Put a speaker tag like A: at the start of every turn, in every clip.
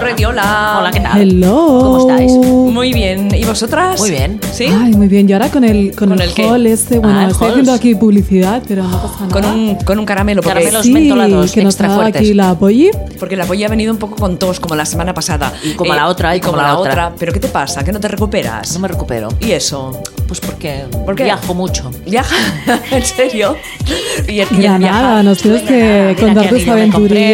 A: Rediola.
B: Hola, ¿qué tal?
C: Hello.
B: ¿Cómo estáis?
A: Muy bien. ¿Y vosotras?
B: Muy bien.
A: ¿Sí?
C: Ay, muy bien. Y ahora con el, con
A: ¿Con
C: el,
A: el qué?
C: hall este, bueno,
B: Ah, el
C: estoy
B: halls.
C: haciendo aquí publicidad, pero no pasa nada.
A: Con un, con un caramelo. Porque,
B: Caramelo. los
C: sí,
B: mentolados
C: que nos
B: extra
C: ha dado
B: fuertes.
C: aquí la Polly.
A: porque la polla ha venido un poco con tos, como la semana pasada. Eh,
B: Y como la otra, y como la otra.
A: Pero ¿qué te pasa? ¿Que no te recuperas?
B: No me recupero.
A: ¿Y eso?
B: Pues porque
A: ¿Por qué?
B: viajo mucho.
A: ¿Viaja? ¿En serio? Y, y-
C: Granada,
A: viajar-
C: nos tienes que
B: Mira,
C: contar
B: qué anillo me
C: tus
B: compré,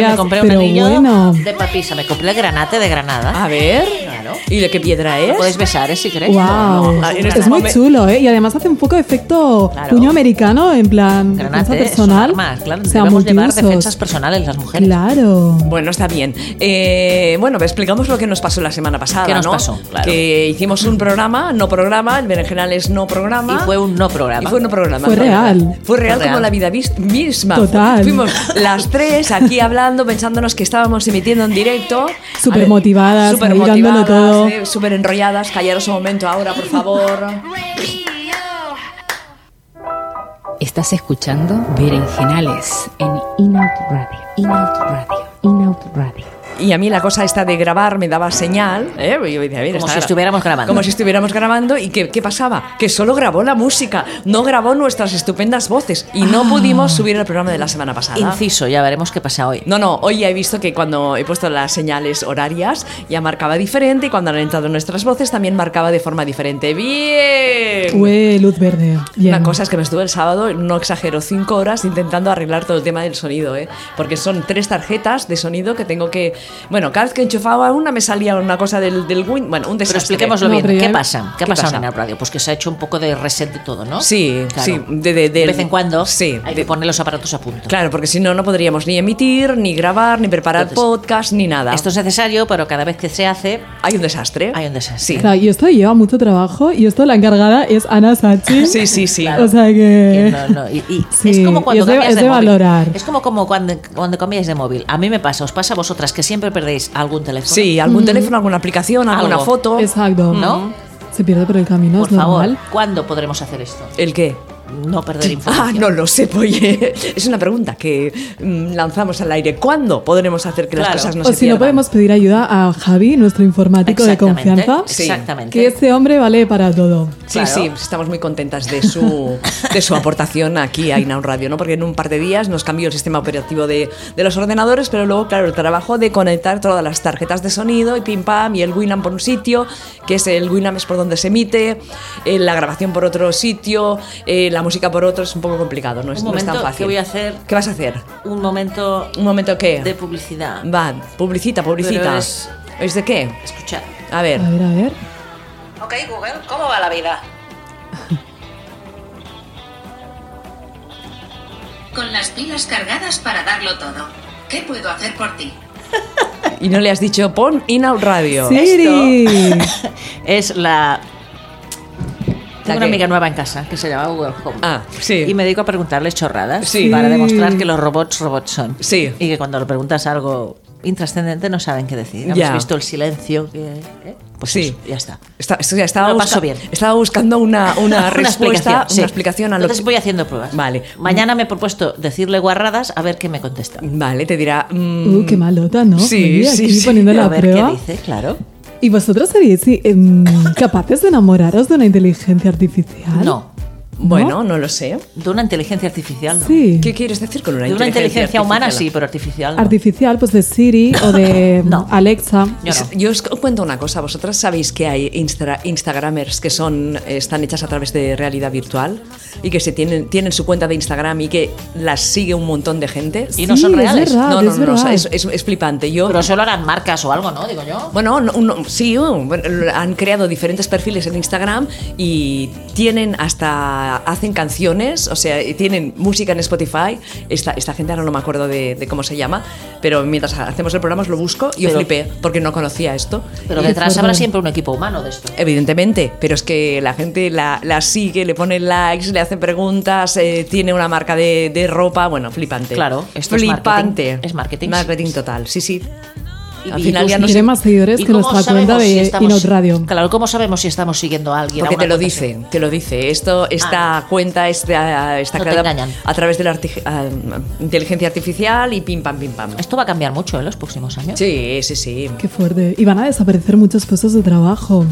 C: aventurillas.
B: me compré un
C: Pero
B: anillo ¿Eh?
C: bueno, Ah,
B: de papisa, me compré el granate de Granada.
A: A ver.
B: Claro.
A: ¿Y de qué piedra
B: Lo
A: es?
B: podéis besar, ¿eh? Si queréis.
C: wow.
A: Ah, en este
C: es muy
A: momento-
C: chulo, ¿eh? Y además hace un poco de efecto
B: Claro.
C: puño americano, en plan
B: Granate
C: defensa
B: son
C: personal.
B: armas, claro.
C: o sea,
B: Debemos llevar
C: multiusos.
B: defensas personales las mujeres.
C: Claro.
A: Bueno, está bien. Eh, bueno, explicamos lo que nos pasó la semana pasada.
B: ¿Qué nos
A: ¿no?
B: pasó? Claro.
A: Que hicimos un programa, no programa, el berenjenal es no programa.
B: Y fue un no programa.
A: Y fue un programa.
C: Fue real.
A: Fue real
B: Fue real.
A: como la vida vis- misma.
C: Total.
A: Fuimos las tres aquí hablando, pensándonos que estábamos emitiendo en directo.
C: Súper motivadas,
A: Súper
C: ahí dándolo todo.
A: motivadas, súper enrolladas. Callaros un momento ahora, por favor.
D: Estás escuchando Berenjenales en Inout Radio. Inout Radio. Inout Radio.
A: Y a mí la cosa esta de grabar me daba señal. ¿eh? Y yo decía, mira,
B: Como
A: está
B: si estuviéramos grabando.
A: Como si estuviéramos grabando. ¿Y qué, qué pasaba? Que solo grabó la música, no grabó nuestras estupendas voces. Y
B: Ah.
A: no pudimos subir el programa de la semana pasada.
B: Inciso, ya veremos qué pasa hoy.
A: no, no, hoy ya he visto que cuando he puesto las señales horarias ya marcaba diferente y cuando han entrado nuestras voces también marcaba de forma diferente. ¡Bien!
C: Hue, luz verde. Bien.
A: Una cosa es que me estuve el sábado, no exagero, cinco horas intentando arreglar todo el tema del sonido, ¿eh? porque son tres tarjetas de sonido que tengo que... Bueno, cada vez que enchufaba una me salía una cosa del, del Win... Bueno, un
B: Pero
A: desastre.
B: expliquémoslo
C: No,
B: bien.
C: pero
B: ¿Qué
C: ya-
B: pasa? ¿Qué,
A: ¿Qué
B: pasa,
A: pasa?
B: en el radio? Pues que se ha hecho un poco de reset de todo, ¿no?
A: Sí,
B: Claro.
A: sí. De, de,
B: De
A: del-
B: vez en cuando
A: Sí.
B: hay
A: de-
B: que poner los aparatos a punto.
A: Claro, porque si no, no podríamos ni emitir, ni grabar, ni preparar
B: Entonces,
A: podcast, ni nada.
B: Esto es necesario, pero cada vez que se hace,
A: Hay un desastre.
B: Hay un desastre.
A: Sí.
C: Claro, y esto lleva mucho trabajo y esto la encargada es Ana Sánchez.
A: Sí, sí, sí.
C: O sea
B: que
C: que...
B: no, no, y- y
C: Sí,
B: es como cuando
C: y es de-
B: cambias
C: es de
B: móvil.
C: valorar.
B: Es como, como cuando, cuando cambiáis de móvil. A mí me pasa, os pasa a vosotras que siempre perdéis algún teléfono.
A: Sí, algún teléfono, alguna aplicación, alguna
B: Algo.
A: foto.
C: Mm. Exacto.
B: ¿No?
C: Se pierde por el camino,
B: Por
C: es normal.
B: favor, ¿cuándo podremos hacer esto?
A: ¿El qué?
B: No perder
A: Ah,
B: información.
A: no lo sé, oye. Es una pregunta que mm, lanzamos al aire. ¿Cuándo podremos hacer que
B: Claro.
A: las cosas no
C: o
A: se
C: si no
A: pierdan?
C: podemos pedir ayuda a Javi, nuestro informático de
B: Exactamente,
C: confianza,
A: Sí.
B: Exactamente.
C: que este hombre vale para todo.
A: Sí,
B: Claro.
A: sí, pues estamos muy contentas de su, de su aportación aquí a Inaun Radio, ¿no? Porque en un par de días nos cambió el sistema operativo de, de los ordenadores, pero luego, claro, el trabajo de conectar todas las tarjetas de sonido y pim pam, y el Winamp por un sitio, que es el Winamp es por donde se emite, eh, la grabación por otro sitio, eh, la música por otro, es un poco complicado, no es,
B: Un
A: no es tan
B: momento,
A: fácil.
B: ¿qué voy a hacer?
A: ¿Qué vas a hacer?
B: Un momento
A: ¿Un momento qué?
B: de publicidad.
A: Va, publicita, publicita.
B: Pero es-
A: ¿Es de qué?
B: Escuchad.
A: A ver.
C: A ver, a ver.
B: Ok, Google, ¿cómo va la vida?
E: Con las pilas cargadas para darlo todo. ¿Qué puedo hacer por ti?
A: Y no le has dicho pon Inaun Radio.
C: Siri.
B: Es la.
A: ¿La
B: Tengo una
A: qué?
B: amiga nueva en casa que se llama Google Home.
A: Ah, sí.
B: Y me dedico a preguntarle chorradas
A: Sí. Mm.
B: para demostrar que los robots robots son.
A: Sí.
B: Y que cuando le preguntas algo intrascendente no saben qué decir.
A: Ya.
B: Hemos visto el silencio que- eh? Pues
A: Sí.
B: eso, ya está.
A: Está- esto ya estaba,
B: Lo paso
A: busca-
B: bien.
A: estaba buscando una, una, respuesta,
B: sí.
A: una explicación a lo
B: Entonces voy haciendo pruebas.
A: Vale.
B: Mañana me he propuesto decirle guarradas a ver qué me contesta.
A: Vale, te dirá. mm,
C: Uh, qué malota, ¿no?
A: Sí,
C: Oye,
A: sí,
C: aquí
A: sí.
C: poniendo la
B: a ver
C: prueba.
B: qué dice, claro.
C: ¿Y vosotros seríais sí, em, capaces de enamoraros de una inteligencia artificial?
B: No.
A: Bueno, no lo sé.
B: De una inteligencia artificial no.
C: Sí.
A: ¿Qué quieres decir con una
B: De una inteligencia humana sí,
A: artificial?
B: pero artificial no.
C: Artificial, pues de Siri o de em,
B: No.
C: Alexa.
B: Yo no.
A: Es- Yo os cuento una cosa, vosotras sabéis que hay Instra- Instagramers que son eh, están hechas a través de realidad virtual y que se tienen, tienen su cuenta de Instagram y que las sigue un montón de gente.
B: Y no son
C: Sí, es
B: reales.
C: verdad,
A: no, no,
C: es
A: no, no,
C: verdad.
A: es, es- es flipante. Yo
B: Pero solo harán marcas o algo, ¿no? Digo yo.
A: Bueno, no- no- sí, uh, bueno, lo- han creado diferentes perfiles en Instagram y tienen hasta, hacen canciones, o sea, y tienen música en Spotify. Esta, esta gente ahora no me acuerdo de, de cómo se llama, pero mientras hacemos el programa os lo busco y yo
B: Pero-
A: flipé porque no conocía esto.
B: Pero
C: Qué
B: detrás habrá
C: horror.
B: siempre un equipo humano de esto.
A: Evidentemente, pero es que la gente la, la sigue, le pone likes, le hace preguntas, eh, tiene una marca de, de ropa, bueno, flipante.
B: Claro, esto es
A: flipante.
B: marketing. Es marketing, sí.
A: Marketing total, sí, sí. Al
B: y
A: final
B: tú-
A: ya
C: Tiene
A: no sé.
C: más seguidores
B: ¿Y
C: que
B: cómo
C: nuestra
B: sabemos
C: cuenta
B: si
C: de
B: estamos-
C: Inot Radio.
B: Claro, ¿cómo sabemos si estamos siguiendo a alguien? a
A: Porque
B: una
A: te lo
B: cuenta?
A: dice, te lo dice. Esto, esta cuenta está, está
B: No te
A: creada
B: engañan.
A: a través de la arti- ah, inteligencia artificial y pim pam, pim pam.
B: Esto va a cambiar mucho en los próximos años.
A: Sí, sí, sí.
C: Qué fuerte. Y van a desaparecer muchos puestos de trabajo.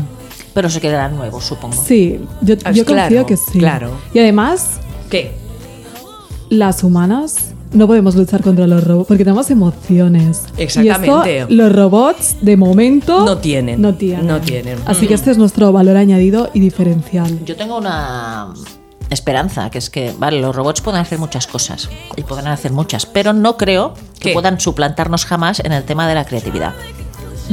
B: Pero se quedarán nuevos, supongo.
C: Sí, yo,
A: Ah,
C: yo
A: claro,
C: confío que sí.
A: claro.
C: Y además,
A: ¿Qué?
C: las humanas no podemos luchar contra los robots porque tenemos emociones. Y esto,
A: Exactamente.
C: los robots, de momento,
A: No tienen.
C: No tienen.
A: No tienen. Mm.
C: Así que este es nuestro valor añadido y diferencial.
B: Yo tengo una esperanza, que es que, vale, los robots pueden hacer muchas cosas y podrán hacer muchas, pero no creo que
A: ¿Qué?
B: puedan suplantarnos jamás en el tema de la creatividad.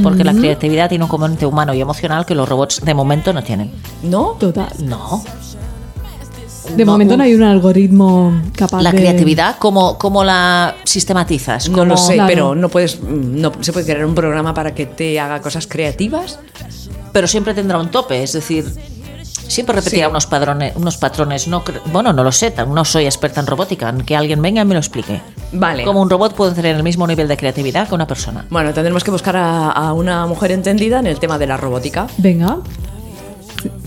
B: Porque la creatividad tiene un componente humano y emocional que los robots de momento no tienen.
A: ¿No?
C: Total.
B: No.
C: De momento no hay un algoritmo capaz
B: La
C: de-
B: creatividad, ¿cómo, cómo la sistematizas?
A: No lo
B: ¿Cómo-
A: sé,
C: Claro.
A: pero no puedes. mm, No, ¿Se puede crear un programa para que te haga cosas creativas?
B: pero siempre tendrá un tope, es decir, siempre repetirá unos padrones, unos patrones, no cre- bueno, no lo sé, tan- no soy experta en robótica, que alguien venga y me lo explique.
A: Vale.
B: Como un robot puede tener el mismo nivel de creatividad que una persona.
A: Bueno, tendremos que buscar a, a una mujer entendida en el tema de la robótica.
C: Venga.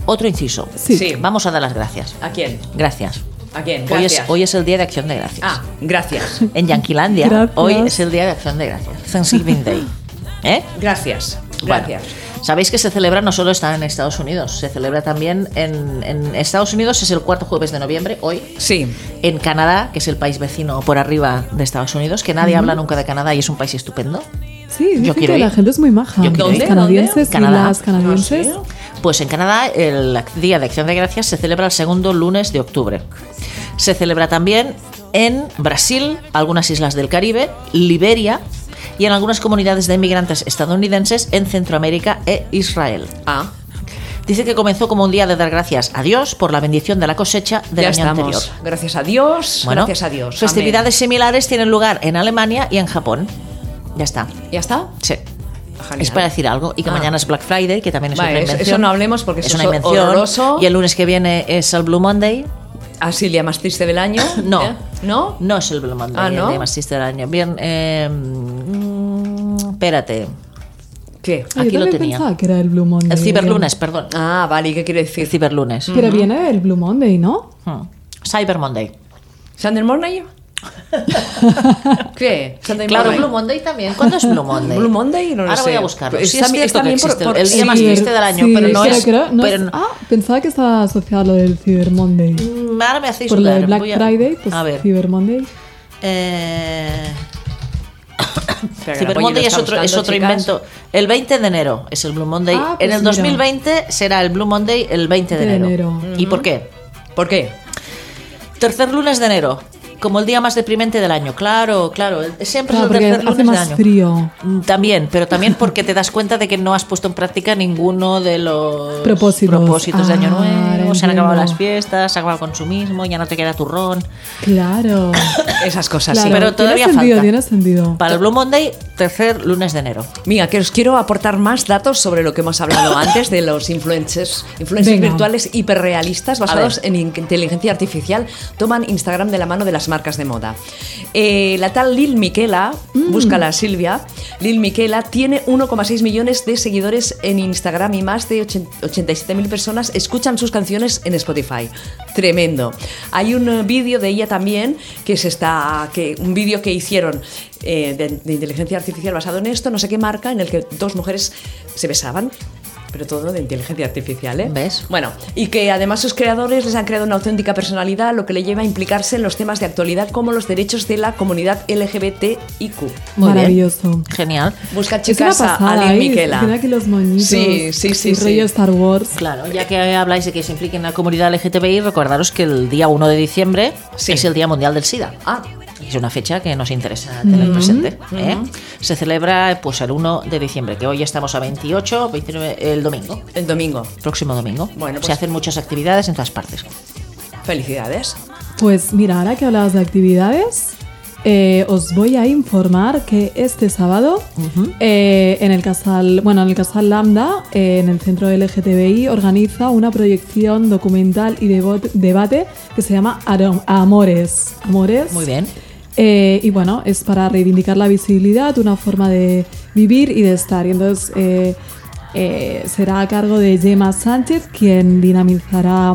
B: Otro inciso.
C: Sí.
A: Sí.
B: Vamos a dar las gracias.
A: ¿A quién?
B: Gracias.
A: ¿A quién?
B: Hoy es,
A: Gracias.
B: hoy es el día de acción de gracias.
A: Ah, gracias.
B: En Yanquilandia,
C: Gracias.
B: hoy es el día de acción de gracias. Thanksgiving Day. ¿Eh?
A: Gracias.
B: Bueno,
A: Gracias.
B: Sabéis que se celebra no solo está en Estados Unidos, se celebra también en, en Estados Unidos, es el cuarto jueves de noviembre, hoy.
A: Sí.
B: En Canadá, que es el país vecino por arriba de Estados Unidos, que nadie habla nunca de Canadá y es un país estupendo.
C: Sí, dicen
B: Yo
C: que
B: quiero
C: la
B: ir.
C: gente es muy maja.
B: Yo quiero
C: Los
A: ir.
C: canadienses
B: ¿Dónde?
C: y
B: Canadá.
C: las canadienses.
A: No
B: Pues en Canadá el Día de Acción de Gracias se celebra el segundo lunes de octubre. Se celebra también en Brasil, algunas islas del Caribe, Liberia y en algunas comunidades de inmigrantes estadounidenses en Centroamérica e Israel.
A: Ah,
B: Dice que comenzó como un día de dar gracias a Dios por la bendición de la cosecha del
A: ya
B: año
A: estamos.
B: anterior.
A: Gracias a Dios.
B: Bueno,
A: gracias a Dios.
B: Festividades similares tienen lugar en Alemania y en Japón. Ya está.
A: Amén. ¿Ya está? Ah,
B: Sí.
A: Genial.
B: Es para decir algo. Y que
A: Ah.
B: mañana es Black Friday, que también es
A: Vale,
B: una
A: eso-
B: invención.
A: eso no hablemos porque eso
B: una
A: es
B: invención.
A: horroroso.
B: Y el lunes que viene es el Blue Monday.
A: Así, Ah, el día más triste del año.
B: No.
A: ¿Eh? ¿No?
B: No es el Blue Monday,
A: Ah, ¿no?
B: el día más triste del año. Bien, eh, mm, espérate.
A: ¿Qué?
C: Ay,
B: Aquí
C: yo
B: lo
C: también
B: tenía.
C: pensaba que era el Blue Monday.
A: Mm.
B: El ciberlunes, perdón.
A: Ah, vale, ¿y qué quiere
B: El
A: decir?
B: ciberlunes.
C: Pero viene el Blue Monday, ¿no?
A: Mm.
B: Hmm. Cyber Monday.
A: ¿Sunday morning? ¿Qué? ¿Sunday
B: Claro,
A: morning?
B: Blue Monday también. ¿Cuándo es Blue Monday?
A: Blue Monday, no lo
B: Ahora voy
A: sé.
B: a buscarlo.
A: Pues
B: Sí,
A: es
B: es
A: también-
B: cierto
A: es
B: que
A: también por-
B: existe.
A: por-
B: el día más
A: sí,
B: triste del año,
C: sí,
B: pero no es.
C: creo- no
B: pero
C: es-
B: no-
C: Ah, pensaba que estaba asociado a lo del Cyber Monday.
B: Mm, Ahora me hacéis
C: Por lo
B: dudar.
C: de Black
B: Voy a-
C: Friday, pues
B: a ver.
C: Cyber Monday.
B: Eh,
A: Espera, que la Polly
B: Cyber
A: lo
B: Monday es
A: está
B: otro, es
A: buscando,
B: otro
A: chicas.
B: invento. El 20 de enero es el Blue Monday.
C: Ah, pues
B: en el
C: mira.
B: 2020 será el Blue Monday el 20 de,
C: De
B: enero.
C: enero.
B: ¿Y por qué?
A: ¿Por qué?
B: Tercer lunes de enero, como el día más deprimente del año. Claro, claro. Siempre
C: Claro,
B: es el
C: porque
B: tercer
C: hace
B: lunes del
C: más
B: año.
C: frío.
B: Mm, También, pero también porque te das cuenta de que no has puesto en práctica ninguno de los
C: Propósitos.
B: propósitos de Año
C: Ah, ahora
B: Nuevo. Se han
C: entiendo.
B: acabado las fiestas, se ha acabado el consumismo, ya no te queda turrón.
C: Claro.
A: Esas cosas,
C: claro.
A: sí.
B: pero todavía
C: tiene sentido,
B: falta.
C: tiene sentido.
B: Para el Blue Monday, tercer lunes de enero.
A: Mira, que os quiero aportar más datos sobre lo que hemos hablado antes de los influencers, influencers
C: Venga.
A: virtuales hiperrealistas basados
B: A
A: en in- inteligencia artificial. Toman Instagram de la mano de las marcas de moda. Eh, la tal Lil Miquela,
B: Mm.
A: búscala Silvia, Lil Miquela tiene 1,6 millones de seguidores en Instagram y más de 80 87.000 personas escuchan sus canciones en Spotify. Tremendo. Hay un eh, vídeo de ella también que se está, que un vídeo que hicieron eh, de, de inteligencia artificial basado en esto, no sé qué marca, en el que dos mujeres se besaban. Pero todo de inteligencia artificial, ¿eh?
B: ¿Ves?
A: Bueno, y que además sus creadores les han creado una auténtica personalidad, lo que le lleva a implicarse en los temas de actualidad como los derechos de la comunidad LGBTIQ.
B: Muy bien.
C: Maravilloso.
B: Genial.
A: Busca
C: Es una
A: chicas a- a
C: pasada,
A: Lin
C: ¿eh?
A: Miquela.
C: Tiene aquí los moñitos.
A: Sí, sí, sí,
C: Y
A: sí.
C: rollo Star Wars.
B: Claro, ya que habláis de que se implique en la comunidad LGTBI, recordaros que el día 1 de diciembre
A: Sí.
B: es el Día Mundial del SIDA.
A: Ah, Mm-hmm.
B: Es una fecha que nos interesa tener presente. ¿eh? Se celebra pues el 1 de diciembre, que hoy estamos a 28, 29, el domingo,
A: el domingo.
B: próximo domingo.
A: Bueno, pues-
B: Se hacen muchas actividades en todas partes.
A: Felicidades.
C: Pues mira, ahora que hablabas de actividades, eh, os voy a informar que este sábado eh, en el Casal, bueno, en el Casal Lambda, eh, en el centro LGTBI, organiza una proyección documental y debo- debate que se llama Aro- Amores. Amores.
B: Muy bien.
C: Eh, y bueno, es para reivindicar la visibilidad, una forma de vivir y de estar. Y entonces eh, eh, será a cargo de Gemma Sánchez quien dinamizará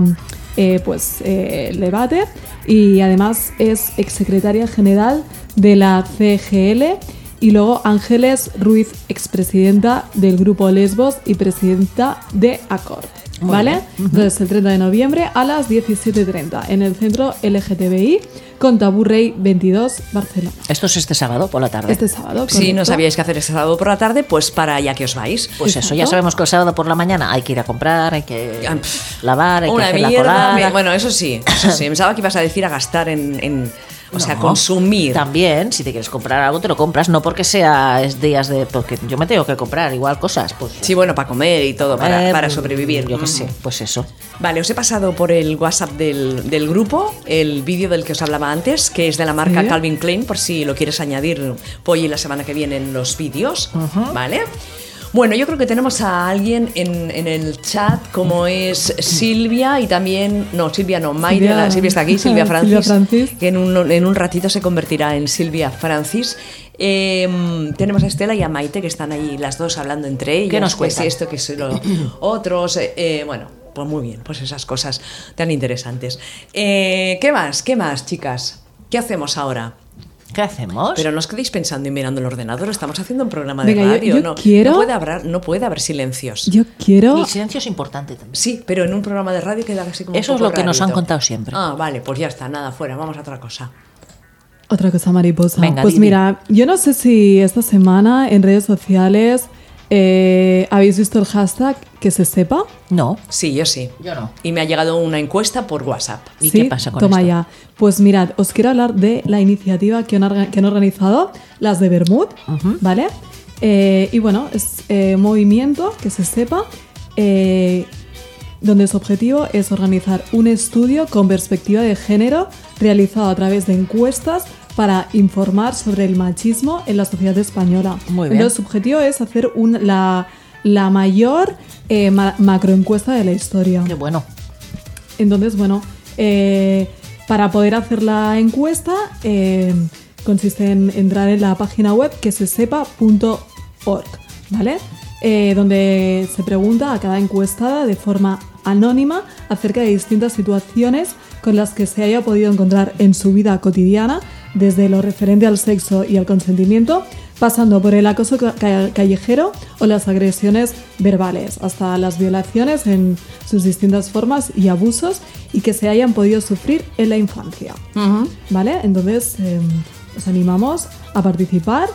C: eh, pues, eh, el debate y además es exsecretaria general de la CGL. Y luego Ángeles Ruiz, expresidenta del grupo Lesbos y presidenta de ACORD.
B: Muy
C: ¿Vale?
B: bien.
C: Entonces, el 30 de noviembre a las 17.30 en el centro LGTBI con Tabú Rey 22, Barcelona.
B: Esto es este sábado por la tarde.
C: Este sábado.
A: Si no
C: correcto.
A: sabíais qué hacer ese sábado por la tarde, pues para allá que os vais.
B: Pues eso, ya
C: Exacto.
B: sabemos que el sábado por la mañana hay que ir a comprar, hay que
A: Ah, pff,
B: lavar, hay que
A: Una
B: hacer la
A: mierda.
B: colada.
A: me- Bueno, eso sí, eso sí. Pensaba que ibas a decir a gastar en. en- o sea,
B: No.
A: consumir.
B: También, si te quieres comprar algo, te lo compras. No porque sea es días de. Porque yo me tengo que comprar igual cosas. Pues,
A: Sí, bueno, para comer y todo, para,
B: eh,
A: para sobrevivir.
B: Yo qué
A: Mm.
B: sé, pues eso.
A: Vale, os he pasado por el WhatsApp del, del grupo el vídeo del que os hablaba antes, que es de la marca
C: Sí.
A: Calvin Klein, por si lo quieres añadir, Polly, la semana que viene en los vídeos, ¿vale? Bueno, yo creo que tenemos a alguien en, en el chat, como es Silvia y también, no, Silvia no, Mayra,
C: Silvia-
A: la- Silvia está aquí, Silvia Francis,
C: Silvia Francis.
A: que en un, en un ratito se convertirá en Silvia Francis. Eh, tenemos a Estela y a Maite, que están ahí las dos hablando entre ellas.
B: nos
A: que si
B: cuentan?
A: esto, que si lo otros. eh, eh, bueno, pues muy bien, pues esas cosas tan interesantes. Eh, ¿Qué más? ¿Qué más, chicas? ¿Qué hacemos ahora?
B: ¿Qué hacemos?
A: Pero no os quedéis pensando y mirando el ordenador, estamos haciendo un programa de
C: Venga, yo-
A: radio.
C: yo
A: no,
C: quiero-
A: no, puede haber, no puede haber silencios.
C: Yo quiero.
B: El silencio es importante también.
A: Sí, pero en un programa de radio queda así como. un
B: Eso es
A: poco
B: lo que nos han
A: rarito.
B: contado siempre.
A: Ah, vale, pues ya está, nada, fuera, vamos a otra cosa.
C: Otra cosa mariposa.
B: Venga,
C: pues
B: dime.
C: mira, yo no sé si esta semana en redes sociales eh, habéis visto el hashtag que se sepa.
B: No.
A: Sí, yo sí.
B: Yo no.
A: Y me ha llegado una encuesta por WhatsApp.
B: ¿Y
C: Sí,
B: qué pasa con
C: Toma
B: esto?
C: ya. Pues mirad, os quiero hablar de la iniciativa que han, orga- que han organizado las de Bermud, ¿vale? Eh, y bueno, es eh, movimiento que se sepa, eh, donde su objetivo es organizar un estudio con perspectiva de género realizado a través de encuestas para informar sobre el machismo en la sociedad española.
B: Muy bien.
C: Entonces, su objetivo es hacer un- la, la mayor eh, ma- macroencuesta de la historia.
B: Qué bueno.
C: Entonces, bueno, eh, para poder hacer la encuesta eh, consiste en entrar en la página web que se sepa.org, ¿vale? Eh, donde se pregunta a cada encuestada de forma anónima acerca de distintas situaciones con las que se haya podido encontrar en su vida cotidiana, desde lo referente al sexo y al consentimiento, pasando por el acoso ca- ca- callejero o las agresiones verbales, hasta las violaciones en sus distintas formas y abusos y que se hayan podido sufrir en la infancia. ¿Vale? Entonces eh, os animamos a participar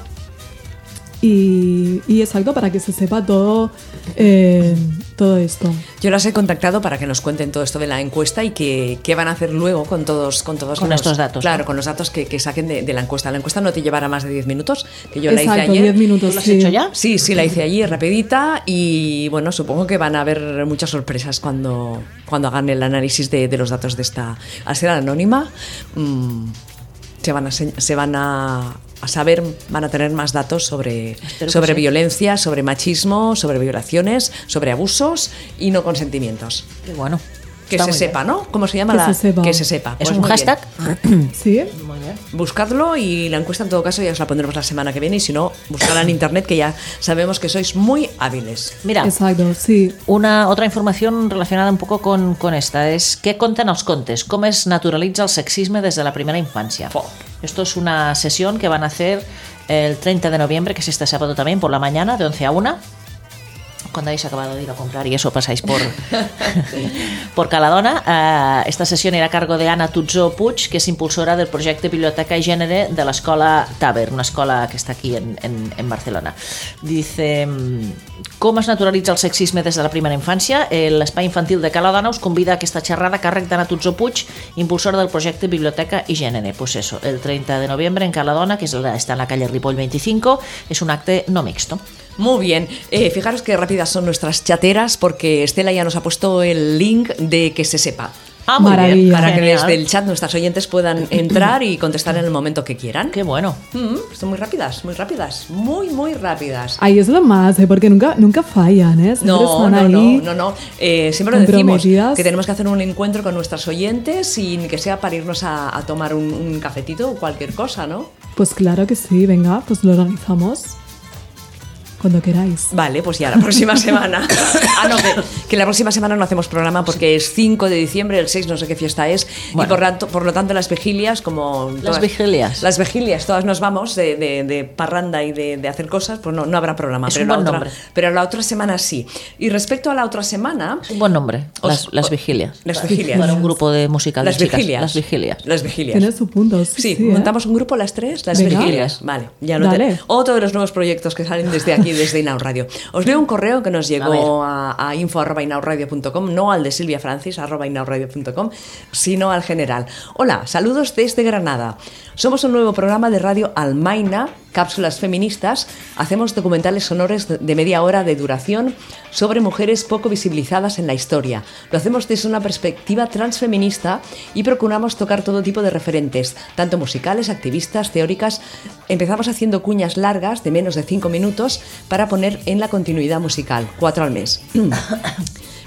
C: y, y exacto para que se sepa todo, eh, todo esto.
A: Yo las he contactado para que nos cuenten todo esto de la encuesta y que- qué van a hacer luego con todos con todos
B: Con
A: los-
B: estos datos,
A: Claro,
B: ¿no?
A: con los datos que, que saquen de, de la encuesta. La encuesta no te llevará más de 10 minutos, que yo la hice
C: exacto,
A: ayer.
C: 10 minutos.
B: ¿Lo has
C: sí.
B: hecho ya?
A: Sí, sí, la hice allí rapidita y bueno, supongo que van a haber muchas sorpresas cuando, cuando hagan el análisis de, de los datos de esta... Al ser anónima, mm, se van, a, se se van a, a saber, van a tener más datos sobre,
B: Espero que
A: sobre
B: sí.
A: violencia, sobre machismo, sobre violaciones, sobre abusos y no consentimientos.
B: Qué bueno.
A: Que
B: Está
A: se
B: muy bien.
A: sepa, ¿no? ¿Cómo se llama
C: Que
A: la...?
C: se sepa.
A: Que se sepa.
B: ¿Es
A: Pues
B: un
A: muy bien.
B: hashtag?
C: Sí.
B: Muy bien.
A: Buscadlo y la encuesta en todo caso ya os la pondremos la semana que viene y si no, buscadla en internet que ya sabemos que sois muy hábiles.
B: Mira,
C: Exacto, sí.
B: Una otra información relacionada un poco con, con esta és què conten els contes, com es naturalitza el sexisme des de la primera infància.
A: Fo.
B: Esto es una sesión que van a hacer el 30 de noviembre, que es este sábado también, por la mañana, de 11 a 1. Cuando habéis acabado de ir a comprar y eso pasáis por, por Caladona. Eh, esta sessió era a cargo de Anna Tutzó Puig, que és impulsora del projecte Biblioteca i Gènere de l'escola Taber, una escola que està aquí en, en, en Barcelona. Dice, mm, com es naturalitza el sexisme des de la primera infància? Eh, L'espai infantil de Caladona us convida a aquesta xerrada a càrrec d'Anna Tutzó Puig, impulsora del projecte Biblioteca i Gènere. Pues eso, el 30 de noviembre en Caladona, que és la, està en la calle Ripoll 25, és un acte no mixto.
A: Muy bien, Eh, fijaros que rápidas son nuestras chateras porque Estela ya nos ha puesto el link de que se sepa.
B: Ah, muy bien.
C: Maravilla.
A: Para que
B: Genial.
A: desde el chat nuestras oyentes puedan entrar y contestar en el momento que quieran.
B: Qué bueno.
A: Mm, son muy rápidas, muy rápidas, muy, muy rápidas.
C: Ahí es lo más, ¿eh? porque nunca, nunca fallan, ¿eh? Siempre
A: No,
C: están
A: no,
C: ahí.
A: no, no, no. Eh, siempre lo decimos
C: comprometidas.
A: que tenemos que hacer un encuentro con nuestras oyentes sin que sea para irnos a, a tomar un, un cafetito o cualquier cosa, ¿no?
C: Pues claro que sí, venga, pues lo organizamos cuando queráis.
A: Vale, pues ya la próxima semana. Ah, no, que, que la próxima semana no hacemos programa porque es 5 de diciembre, el 6 no sé qué fiesta es. Y
B: Bueno.
A: por, tanto- por lo tanto, las vigilias, como.
B: Las vigilias.
A: Las vigilias, todas nos vamos de, de- de parranda y de, de hacer cosas, pues no, no habrá programa.
B: Es
A: pero
B: un
A: la
B: buen
A: otra,
B: nombre.
A: Pero la otra semana sí. Y respecto a la otra semana.
B: Es un buen nombre.
A: Os-
B: Las, las
A: o-
B: vigilias.
A: las vigilias.
B: Para un grupo de música de
A: Las
B: chicas.
A: vigilias.
B: Las vigilias.
A: Las vigilias.
C: Tiene su punto. Sí,
A: Sí,
C: sí, ¿eh?
A: montamos un grupo las tres, las
C: Venga.
A: Virgilias. Vale, ya lo
C: Dale.
A: tenemos. Otro de los nuevos proyectos que salen desde aquí, desde Inau Radio. Os leo un correo que nos llegó a, a info.inauradio.com, no al de Silvia Francis, arroba inauradio.com, sino al general. Hola, saludos desde Granada. Somos un nuevo programa de radio Almaina, Cápsulas Feministas. Hacemos documentales sonores de- de media hora de duración sobre mujeres poco visibilizadas en la historia. Lo hacemos desde una perspectiva transfeminista y procuramos tocar todo tipo de referentes, tanto musicales, activistas, teóricas. Empezamos haciendo cuñas largas de menos de 5 minutos para poner en la continuidad musical, cuatro al mes.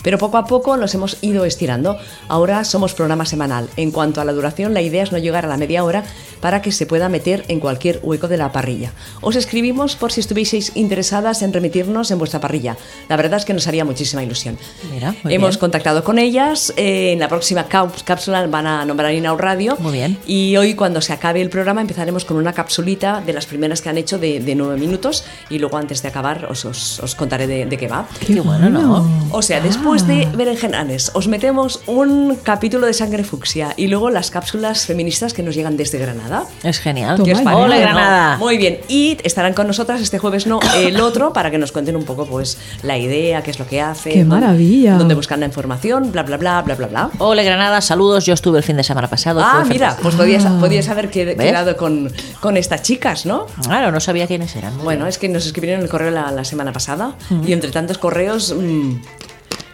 A: Pero poco a poco nos hemos ido estirando. Ahora somos programa semanal. En cuanto a la duración, la idea es no llegar a la media hora para que se pueda meter en cualquier hueco de la parrilla. Os escribimos por si estuvieseis interesadas en remitirnos en vuestra parrilla. La verdad es que nos haría muchísima ilusión.
B: Mira, muy
A: Hemos
B: bien.
A: contactado con ellas. eh, en la próxima caus- cápsula van a nombrar Inau Radio.
B: Muy bien.
A: Y hoy, cuando se acabe el programa, empezaremos con una capsulita de las primeras que han hecho de, de nueve minutos. Y luego, antes de acabar, os, os- os contaré de, de qué va.
B: Qué bueno, ¿no?
A: O sea, después
C: Ah.
A: de Berenjenales, os metemos un capítulo de Sangre Fucsia y luego las cápsulas feministas que nos llegan desde Granada.
B: Es genial.
C: Toma
A: ¿Qué os
C: ya.
A: parece?
B: ¡Ole,
A: ¿No?
B: Granada!
A: Muy bien. Y estarán con nosotras este jueves, no el otro, para que nos cuenten un poco pues la idea, qué es lo que hacen.
C: ¡Qué
A: dónde-
C: maravilla!
A: Dónde buscan la información, bla, bla, bla, bla, bla, bla.
B: Ole, Granada, saludos. Yo estuve el fin de semana pasado.
A: Ah,
B: fue
A: mira,
B: fantástico.
A: pues podías, podías haber qued-
B: ¿Ves?
A: quedado con, con estas chicas, ¿no?
B: Claro, no sabía quiénes eran.
A: Bueno, es que nos escribieron el correo la, la semana pasada y entre tantos correos mm,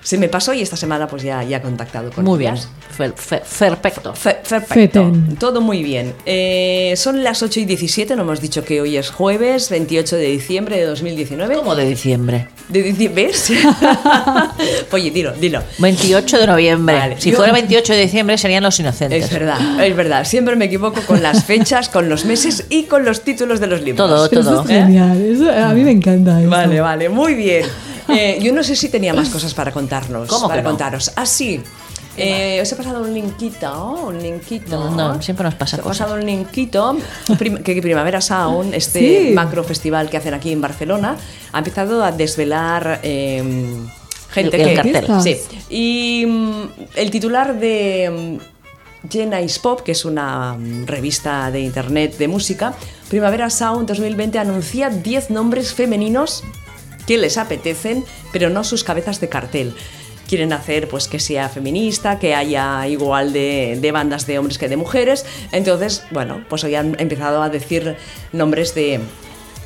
A: se me pasó y esta semana pues ya, ya he contactado con
B: Muy bien.
A: ellas.
B: Fer- fer- Perfecto.
A: Fe- Perfecto.
C: Feten.
A: Todo muy bien. Eh, son las 8 y 17, no hemos dicho que hoy es jueves 28 de diciembre de 2019.
B: Como de diciembre.
A: De dici- ¿Ves? Oye, dilo, dilo.
B: 28 de noviembre.
A: Vale.
B: Si
A: Yo-
B: fuera 28 de diciembre serían los inocentes.
A: Es verdad, es verdad. Siempre me equivoco con las fechas, con los meses y con los títulos de los libros.
B: Todo,
C: Pero
B: todo.
C: Eso es genial, eso- a mí me encanta eso.
A: Vale, vale, muy bien. Eh, yo no sé si tenía más cosas para contarnos.
B: ¿Cómo que
A: Para
B: no?
A: contaros. Ah, sí. Eh, os he pasado un linkito, un linkito.
B: No, no, siempre nos pasa
A: Os he
B: cosas.
A: pasado un linkito prim- que que Primavera Sound, este
C: Sí.
A: macro festival que hacen aquí en Barcelona, ha empezado a desvelar eh, gente
B: El- el
A: que
B: cartel.
C: Fiestas.
A: Sí. Y mm, el titular de mm, Gen Ice Pop, que es una mm, revista de internet de música, Primavera Sound 2020 anuncia 10 nombres femeninos que les apetecen, pero no sus cabezas de cartel. Quieren hacer pues que sea feminista, que haya igual de, de bandas de hombres que de mujeres. Entonces, bueno, pues hoy han empezado a decir nombres de,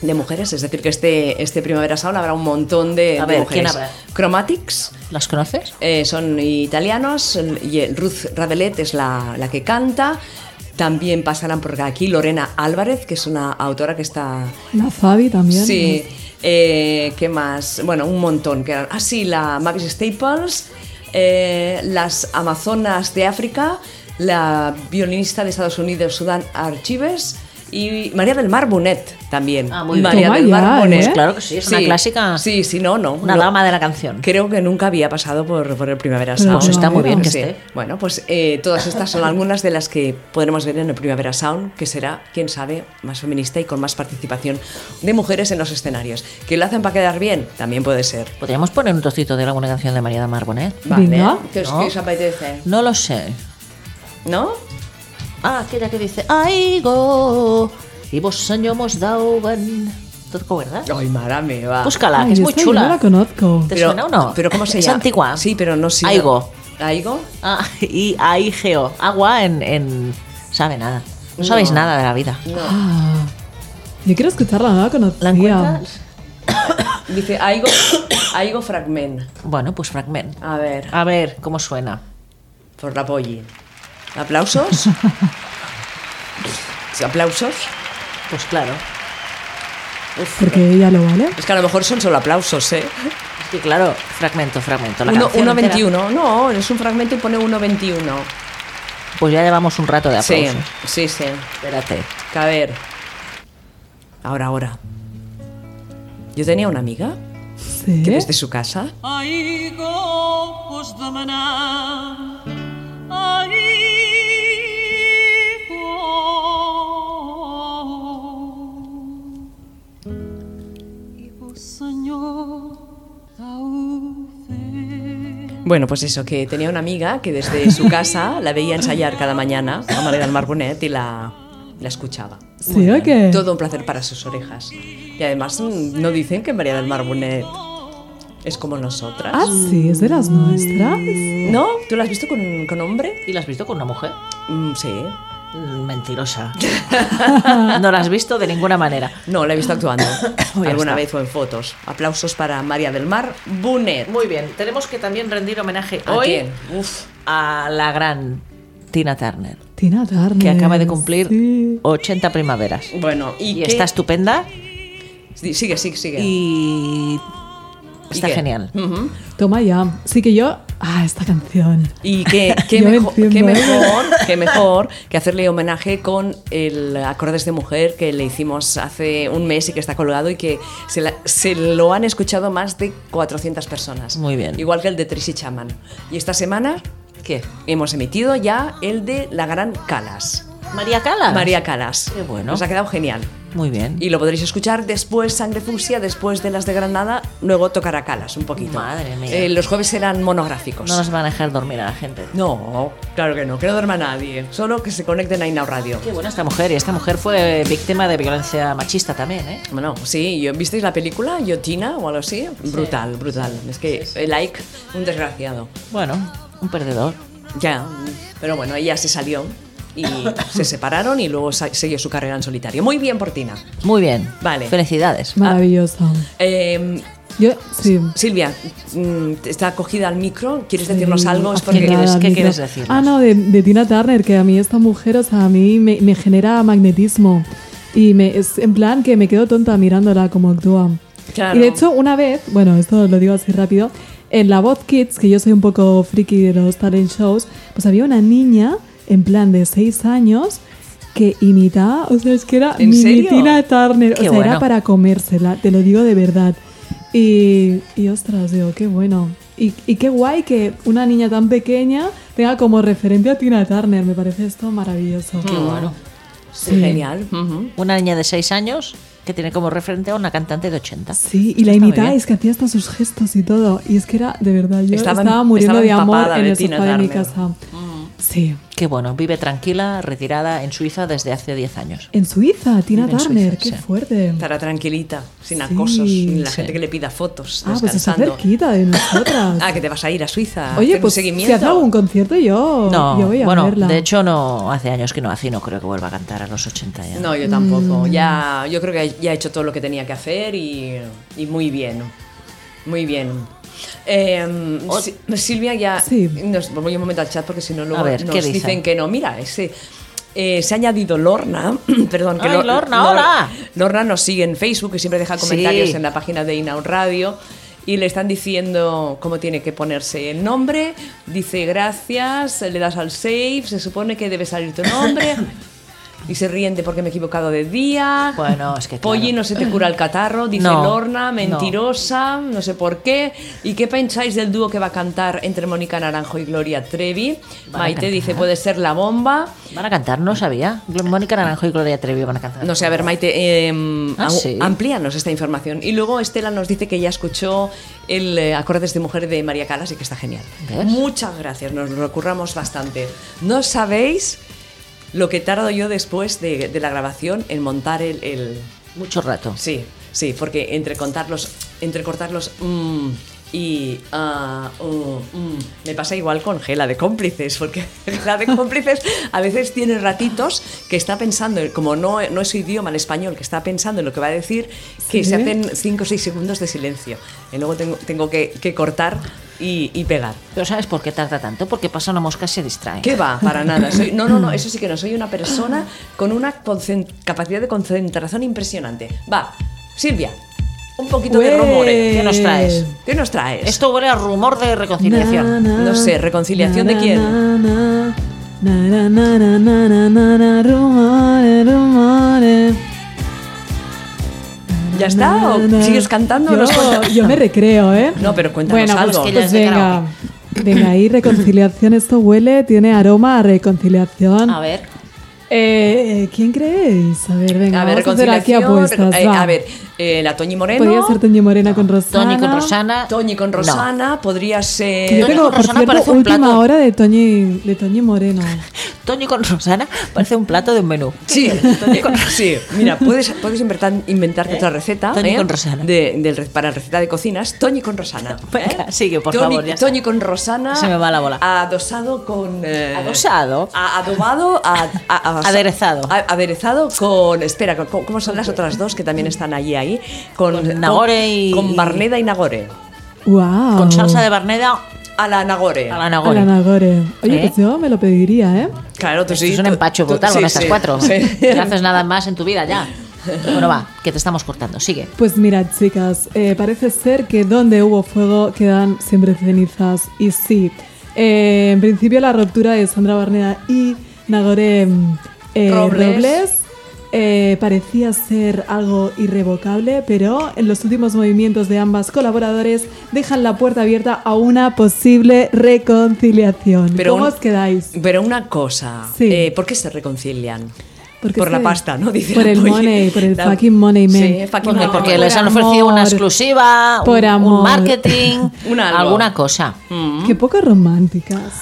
A: de mujeres. Es decir, que este, este Primavera Sound habrá un montón de,
B: A
A: de
B: ver,
A: mujeres.
B: ¿quién habrá?
A: Chromatics,
B: ¿Las conoces?
A: eh, son italianos y el- Ruth Ravelet es la, la que canta. También pasarán por aquí Lorena Álvarez, que es una autora que está...
C: La Fabi también.
A: Sí, eh, ¿qué más? Bueno, un montón. Que eran. Ah, sí, la Mavis Staples, eh, las Amazonas de África, la violinista de Estados Unidos, Sudán Archives. Y María del Mar Bonet también.
B: Ah, muy bien.
A: María
C: Toma
A: del
C: ya,
A: Mar
C: ¿eh?
A: Bonet.
C: Pues
B: claro que sí, es una clásica.
A: Sí, sí, no, no.
B: Una
A: no.
B: dama de la canción.
A: Creo que nunca había pasado por, por el Primavera
C: Pero
A: Sound.
C: pues está muy bien
B: que
A: Sí.
B: esté.
A: Bueno, pues eh, todas estas son algunas de las que podremos ver en el Primavera Sound, que será, quién sabe, más feminista y con más participación de mujeres en los escenarios. ¿Que lo hacen para quedar bien? También puede ser.
B: Podríamos poner un trocito de alguna canción de María de Marbonet.
C: Venga.
A: ¿Qué os,
B: No.
A: qué os apetece?
B: No lo sé.
A: ¿No?
B: Ah, aquella que dice, ¡Ay, go! Y vos soñamos dauban. ¿Todo verdad?
A: Ay, Mara me va.
B: Búscala,
C: Ay,
B: que es muy
C: esta yo no
B: chula.
C: la conozco.
B: Pues, ¿Te suena o no?
A: ¿Pero cómo se
B: es
A: llama?
B: antigua.
A: Sí, pero no sé.
B: Aigo.
A: ¿Aigo?
B: Ah, y ahí geo. Agua en, en- Sabe nada. No sabéis
A: No.
B: nada de la vida.
A: No.
C: Ah, yo quiero escucharla, no la
B: ¿La
C: conocía.
B: encuentras?
A: Dice Aigo, Aigo Fragment.
B: Bueno, pues fragment.
A: A ver.
B: A ver, ¿cómo suena?
A: por la Polly. ¿Aplausos? ¿Aplausos?
B: Pues claro.
A: Uf,
C: Porque ella lo vale.
A: Es que a lo mejor son solo aplausos, ¿eh?
B: Es que claro, fragmento, fragmento. La
A: Uno-
B: canción
A: 1.21.
B: entera.
A: No, es un fragmento y pone 1.21.
B: Pues ya llevamos un rato de
A: Sí,
B: aplausos.
A: sí, sí.
B: Espérate.
A: Que A ver. Ahora, ahora. Yo tenía una amiga
C: Sí.
A: que desde su casa
F: Aigo vos demanar, aigo. E o Senhor da o ver.
A: Bueno, pues eso, que tenía una amiga que desde su casa la veía ensayar cada mañana a María del Mar Bonet y la, la escuchaba.
C: ¿Sí o qué?
A: Todo un placer para sus orejas. Y además mm, no dicen que María del Mar Bonet es como nosotras.
C: Ah, sí, es de las nuestras.
A: ¿No? ¿Tú la has visto con, con hombre?
B: ¿Y la has visto con una mujer?
A: Mm, sí.
B: Mm, Mentirosa. no la has visto de ninguna manera.
A: No, la he visto actuando.
B: Ya
A: alguna
B: está.
A: vez o en fotos. Aplausos para María del Mar Bonet.
B: Muy bien, tenemos que también rendir homenaje
A: ¿A
B: hoy
A: quién? Uf.
B: a la gran Tina Turner,
C: Tina Turner.
B: que acaba de cumplir
C: sí.
B: 80 primaveras.
A: Bueno, Mm, y,
B: Y,
A: qué-
B: está estupenda
A: Sí, Sigue, sigue, sigue.
B: y está
A: qué?
B: genial.
A: Ujú.
C: Toma ya. Sí que yo. Ah, esta canción.
A: Y qué, qué
C: Yo
A: mejo-
C: entiendo,
A: qué
C: ¿eh?
A: mejor, qué mejor que hacerle homenaje con el Acordes de Mujer que le hicimos hace un mes y que está colgado y que se, la- se lo han escuchado más de 400 personas.
B: Muy bien.
A: Igual que el de Tracy Chaman. Y esta semana
B: ¿Qué?
A: hemos emitido ya el de la gran Calas.
B: María Calas.
A: María Calas.
B: Ah. Qué bueno.
A: Nos ha quedado genial.
B: Muy bien.
A: Y lo podréis escuchar después Sangre Fucsia, después de las de Granada, luego tocará Calas un poquito.
B: Madre mía.
A: Eh, los jueves serán monográficos.
B: No nos van a dejar dormir a la gente.
A: No, claro que no, que no duerma nadie. Solo que se conecten a Inau Radio.
B: Qué buena esta mujer. Y esta mujer fue víctima de violencia machista también, ¿eh?
A: Bueno, sí, yo- ¿visteis la película Yotina o algo así? Brutal, brutal. Es que el like, un desgraciado.
B: Bueno, un perdedor.
A: Ya, pero bueno, ella se salió y se separaron y luego sa- siguió su carrera en solitario. Muy bien por Tina.
B: Muy bien.
A: Vale.
B: Felicidades.
C: Maravillosa.
A: Eh,
C: Yo, sí.
A: Silvia, mm, está cogida al micro. ¿Quieres decirnos algo? Es porque-
B: ¿Qué quieres-
C: Nada,
B: qué
C: ni
B: quieres
C: no.
B: decirnos?
C: Ah, no, de, de Tina Turner, que a mí esta mujer, o sea, a mí me, me genera magnetismo. Y me, es en plan que me quedo tonta mirándola como actúa.
A: Claro.
C: Y de hecho, una vez, bueno, esto lo digo así rápido, en La Voz Kids, que yo soy un poco friki de los talent shows, pues había una niña, en plan de 6 años, que imitaba, o sea, es que era
A: ¿En
C: mini
A: serio?
C: Tina Turner, o
B: Qué
C: sea,
B: bueno.
C: era para comérsela, te lo digo de verdad. Y, y ostras, digo, qué bueno. Y, y qué guay que una niña tan pequeña tenga como referente a Tina Turner, me parece esto maravilloso. Qué bueno.
A: Sí, Genial. ujú.
B: Una niña de 6 años que tiene como referente a una cantante de 80.
C: Sí, y la
B: Está muy
C: imitaba
B: bien.
C: y es que hacía hasta sus gestos y todo. Y es que era, de verdad, yo
A: Estaba
C: estaba,
A: em-
C: muriendo
A: estaba
C: de amor
A: empapada
C: en
A: de
C: el
A: Tina
C: sofá de mi
A: Turner.
C: casa.
A: Mm.
C: Sí.
B: Qué bueno, vive tranquila, retirada en Suiza desde hace 10 años.
C: En Suiza, Tina
B: Vive en
C: Turner,
B: Suiza,
C: qué
B: sí.
C: fuerte.
A: Estará tranquilita, sin
C: Sí,
A: acosos, ni la
B: sí.
A: gente que le pida fotos,
C: Ah, pues está
A: descansando.
C: cerquita de nosotras.
A: Ah, que te vas a ir a Suiza. a hacer
C: Oye,
A: un
C: pues si
A: seguimiento.
C: hace algún concierto yo,
B: No,
C: yo voy a
B: bueno,
C: verla.
B: de hecho no, hace años que no hace y no creo que vuelva a cantar a los 80 ya.
A: No, yo tampoco. Ya, yo creo que ya he hecho todo lo que tenía que hacer y, y muy bien. Muy bien. Eh, Si- Silvia ya
C: Sí.
A: nos voy un momento al chat porque si no luego
B: A ver,
A: nos
B: ¿qué
A: dicen?
B: dicen?
A: que no. Mira, ese eh, se ha añadido Lorna, perdón, que
B: Ay, Lorna, hola.
A: Lorna nos sigue en Facebook y siempre deja comentarios
B: Sí.
A: en la página de Inaun Radio y le están diciendo cómo tiene que ponerse el nombre. Dice gracias, le das al save, se supone que debe salir tu nombre. Y se ríen de porque me he equivocado de día.
B: Bueno, es que claro.
A: Polly no se te cura el catarro, dice
B: No,
A: Lorna,
B: no.
A: mentirosa, no. sé por qué. ¿Y qué pensáis del dúo que va a cantar entre Mónica Naranjo y Gloria Trevi?
B: Van a
A: Maite
B: cantar.
A: dice, puede ser la bomba.
B: Van a cantar, no sabía. Mónica Naranjo y Gloria Trevi van a cantar.
A: No sé, a ver, Maite, eh,
B: Ah,
A: au-
B: sí.
A: amplíanos esta información. Y luego Estela nos dice que ya escuchó el eh, Acordes de Mujer de María Calas y que está genial.
B: ¿Ves?
A: Muchas gracias, nos lo curramos bastante. No sabéis lo que tardo yo después de, de la grabación en montar el- el,
B: Mucho rato.
A: Sí, sí, porque entre contarlos, entre cortarlos mm, y ah, oh, mm, me pasa igual con Gela de cómplices, porque Gela de cómplices a veces tiene ratitos que está pensando, como no, no es su idioma en español, que está pensando en lo que va a decir, que
C: Sí.
A: se hacen 5 o 6 segundos de silencio. Y luego tengo, tengo que, que cortar y, y pegar.
B: Pero ¿sabes por qué tarda tanto? Porque pasa una mosca y se distrae.
A: ¿Qué va? Para nada. Soy- no, no, no, eso sí que no. Soy una persona con una concen- capacidad de concentración impresionante. Va, Silvia, un poquito de
C: Ué.
A: rumores.
B: ¿Qué nos traes?
A: ¿Qué nos traes?
B: Esto huele a rumor de reconciliación.
C: Na, na,
A: No sé, ¿reconciliación de quién?
C: na, na, na, na, na, na, na, na, rumores, rumores.
A: ¿Ya está?
C: Na,
A: ¿O
C: na.
A: sigues cantando?
C: Yo,
A: Nos cuentas.
C: yo me recreo, ¿eh?
A: No, pero cuéntanos
C: bueno,
A: algo.
B: Es que ya
C: Pues, pues
B: es de
C: venga. Venga, ahí reconciliación. Esto huele, tiene aroma a reconciliación.
B: A ver.
C: Eh, eh, ¿Quién creéis? A ver, venga,
A: a ver,
C: vamos a hacer aquí
A: reconciliación.
C: apuestas.
A: eh,
C: va.
A: a ver, eh, la Toñi Moreno.
C: Podría ser Toñi Morena con Rosana.
B: Tony con Rosana.
A: Toñi con
B: No.
A: Rosana. Podría
C: Que yo
A: ser.
B: Toñi
C: tengo,
B: con
C: por
B: Rosana
C: cierto,
B: parece un
C: última
B: plato.
C: hora de Toñi, de Toñi Moreno.
B: Toñi con Rosana parece un plato de un menú.
A: Sí, sí. Mira, puedes, puedes inventar, inventarte otra receta.
B: Toñi
A: ¿eh?
B: con Rosana. Pues,
A: De, del re- para receta de cocinas. Toñi con Rosana.
B: Venga, sigue, por
A: Toñi-
B: favor, ya está.
A: Toñi con Rosana.
B: Se me va la bola.
A: Adosado con. eh,
B: Adosado.
A: a- adobado. a- a- a-
B: Aderezado.
A: a- aderezado con. Espera, con- con- ¿cómo son las otras dos que también están allí ahí? Con,
B: Con Nagore y-
A: Con Barneda y Nagore.
C: ¡Wow!
B: Con salsa de Barneda
A: A la Nagore.
B: a la Nagore.
C: Alan Nagore. Oye,
B: ¿Eh?
C: pues yo me lo pediría, ¿eh?
A: Claro, tú
B: Esto
A: sí.
B: es un
A: tú-
B: empacho
A: tú-
B: brutal
A: sí,
B: con estas
A: sí,
B: cuatro.
A: sí.
B: No haces nada más en tu vida ya. Bueno, va, que te estamos cortando. Sigue.
C: Pues mira, chicas, eh, parece ser que donde hubo fuego quedan siempre cenizas. Y sí, eh, en principio la ruptura de Sandra Barneda y Nagore mm, eh,
A: Robles.
C: Robles, eh, parecía ser algo irrevocable, pero en los últimos movimientos de ambas colaboradores dejan la puerta abierta a una posible reconciliación.
A: Pero
C: ¿Cómo
A: un-
C: os quedáis?
A: Pero una cosa,
C: Sí.
A: eh, ¿por qué se reconcilian?
C: Porque
A: por la
C: se-
A: pasta, ¿no? Dice
C: por
A: la
C: el
A: Polly.
C: money, por el
A: La-
C: fucking money, man.
A: Sí, fucking
B: Porque,
A: money.
B: porque
A: man.
B: les han
C: amor.
B: ofrecido una exclusiva, un-
C: Por
B: un,
C: amor.
B: marketing,
A: Un algo.
B: alguna cosa.
A: Mm.
C: Qué poco románticas.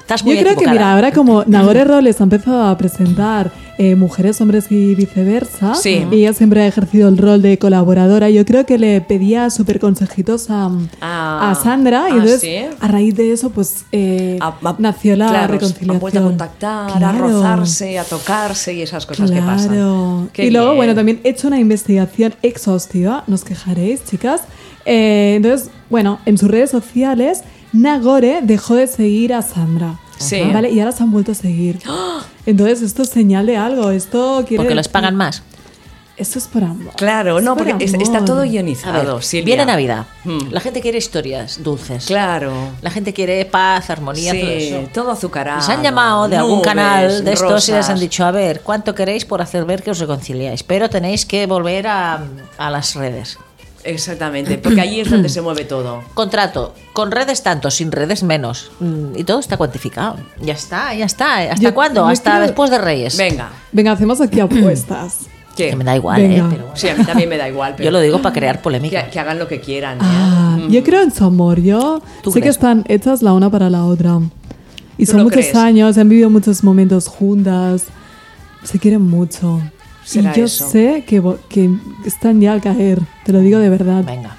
B: Estás
C: Yo
B: muy
C: creo que, mira,
B: equivocada.
C: ahora como Nagore Robles ha empezado a presentar eh, mujeres, hombres y viceversa,
A: Sí.
C: y ella siempre ha ejercido el rol de colaboradora, yo creo que le pedía súper consejitos a,
A: Ah.
C: a Sandra,
A: Ah,
C: y entonces
A: ¿sí?
C: a raíz de eso, pues eh,
A: A- a-
C: nació la
A: claro,
C: reconciliación.
A: Han vuelto a contactar, a
C: Claro.
A: rozarse, a tocarse y esas cosas que pasan.
C: Claro.
A: Qué
C: y luego,
A: bien.
C: bueno, también he hecho una investigación exhaustiva, no os quejaréis, chicas. Eh, entonces, bueno, en sus redes sociales, Nagore dejó de seguir a Sandra.
A: Sí. ¡Ah!
C: Ajá, ¿Vale? Y ahora se han vuelto a seguir. Entonces, esto es señal de algo. Esto quiere.
B: Porque les
C: decir-
B: pagan más.
C: Esto es por amor.
A: Claro,
C: Es
A: no,
C: por
A: porque es-
C: amor.
A: está todo
B: A ver,
A: guionizado. Silvia.
B: viene Navidad.
A: Mm.
B: La gente quiere historias dulces.
A: Claro.
B: La gente quiere paz, armonía, todo
A: Sí,
B: eso.
A: todo azucarado.
B: Les han llamado de algún
A: nubes,
B: canal de estos y les han
A: rosas.
B: dicho, a ver, ¿cuánto queréis por hacer ver que os reconciliáis? Pero tenéis que volver a, a las redes.
A: Exactamente, porque ahí es donde se mueve todo.
B: Contrato, con redes tanto, sin redes menos. Mm, Y todo está cuantificado. Ya está, ya está. ¿Hasta
C: Yo-
B: cuándo?
C: yo
B: Hasta
C: creo-
B: después de Reyes.
A: Venga,
C: Venga, hacemos aquí apuestas.
A: ¿qué?
B: Que me da igual,
C: Venga.
B: ¿eh? Pero bueno.
A: Sí, a mí también me da igual. Pero
B: Yo lo digo para crear
A: Que,
B: polémica.
A: que hagan lo que quieran. ¿eh?
C: Ah, Yo creo en su amor. Yo
B: ¿Tú
C: sé
B: crees?
C: que están hechas la una para la otra. Y
A: ¿Tú
C: son
A: lo
C: muchos
A: crees?
C: años, han vivido muchos momentos juntas. Se quieren mucho.
A: Será
C: y yo
A: eso.
C: sé que, vo- que están ya al caer. Te lo digo de verdad.
B: Venga.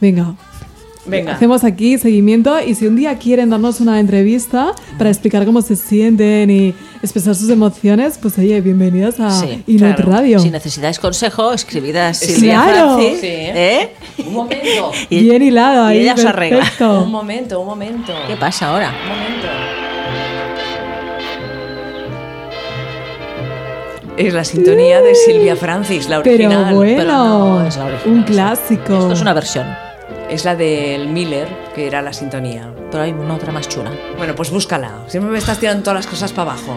C: Venga.
A: Venga.
C: Hacemos aquí seguimiento y si un día quieren darnos una entrevista para explicar cómo se sienten y expresar sus emociones, pues oye, bienvenidas a
B: Sí,
C: Inut
A: claro.
C: Radio.
B: Si necesitáis consejo, escribid a Silvia
C: Claro.
B: Francis,
A: Sí.
B: ¿eh?
A: Un momento,
B: Y-
C: Bien hilado
B: y
C: ahí.
B: ella os arregla.
A: un
C: perfecto.
A: momento, un momento.
B: ¿Qué pasa ahora?
A: Un momento. Es la sintonía de Silvia Francis, la
C: Pero
A: original.
C: bueno,
B: pero no es la original,
C: un
B: es la-
C: clásico.
B: Esto es una versión,
A: Es la del Miller, que era la sintonía.
B: pero hay una otra más chula.
A: Bueno, pues búscala. Siempre me estás tirando todas las cosas para abajo.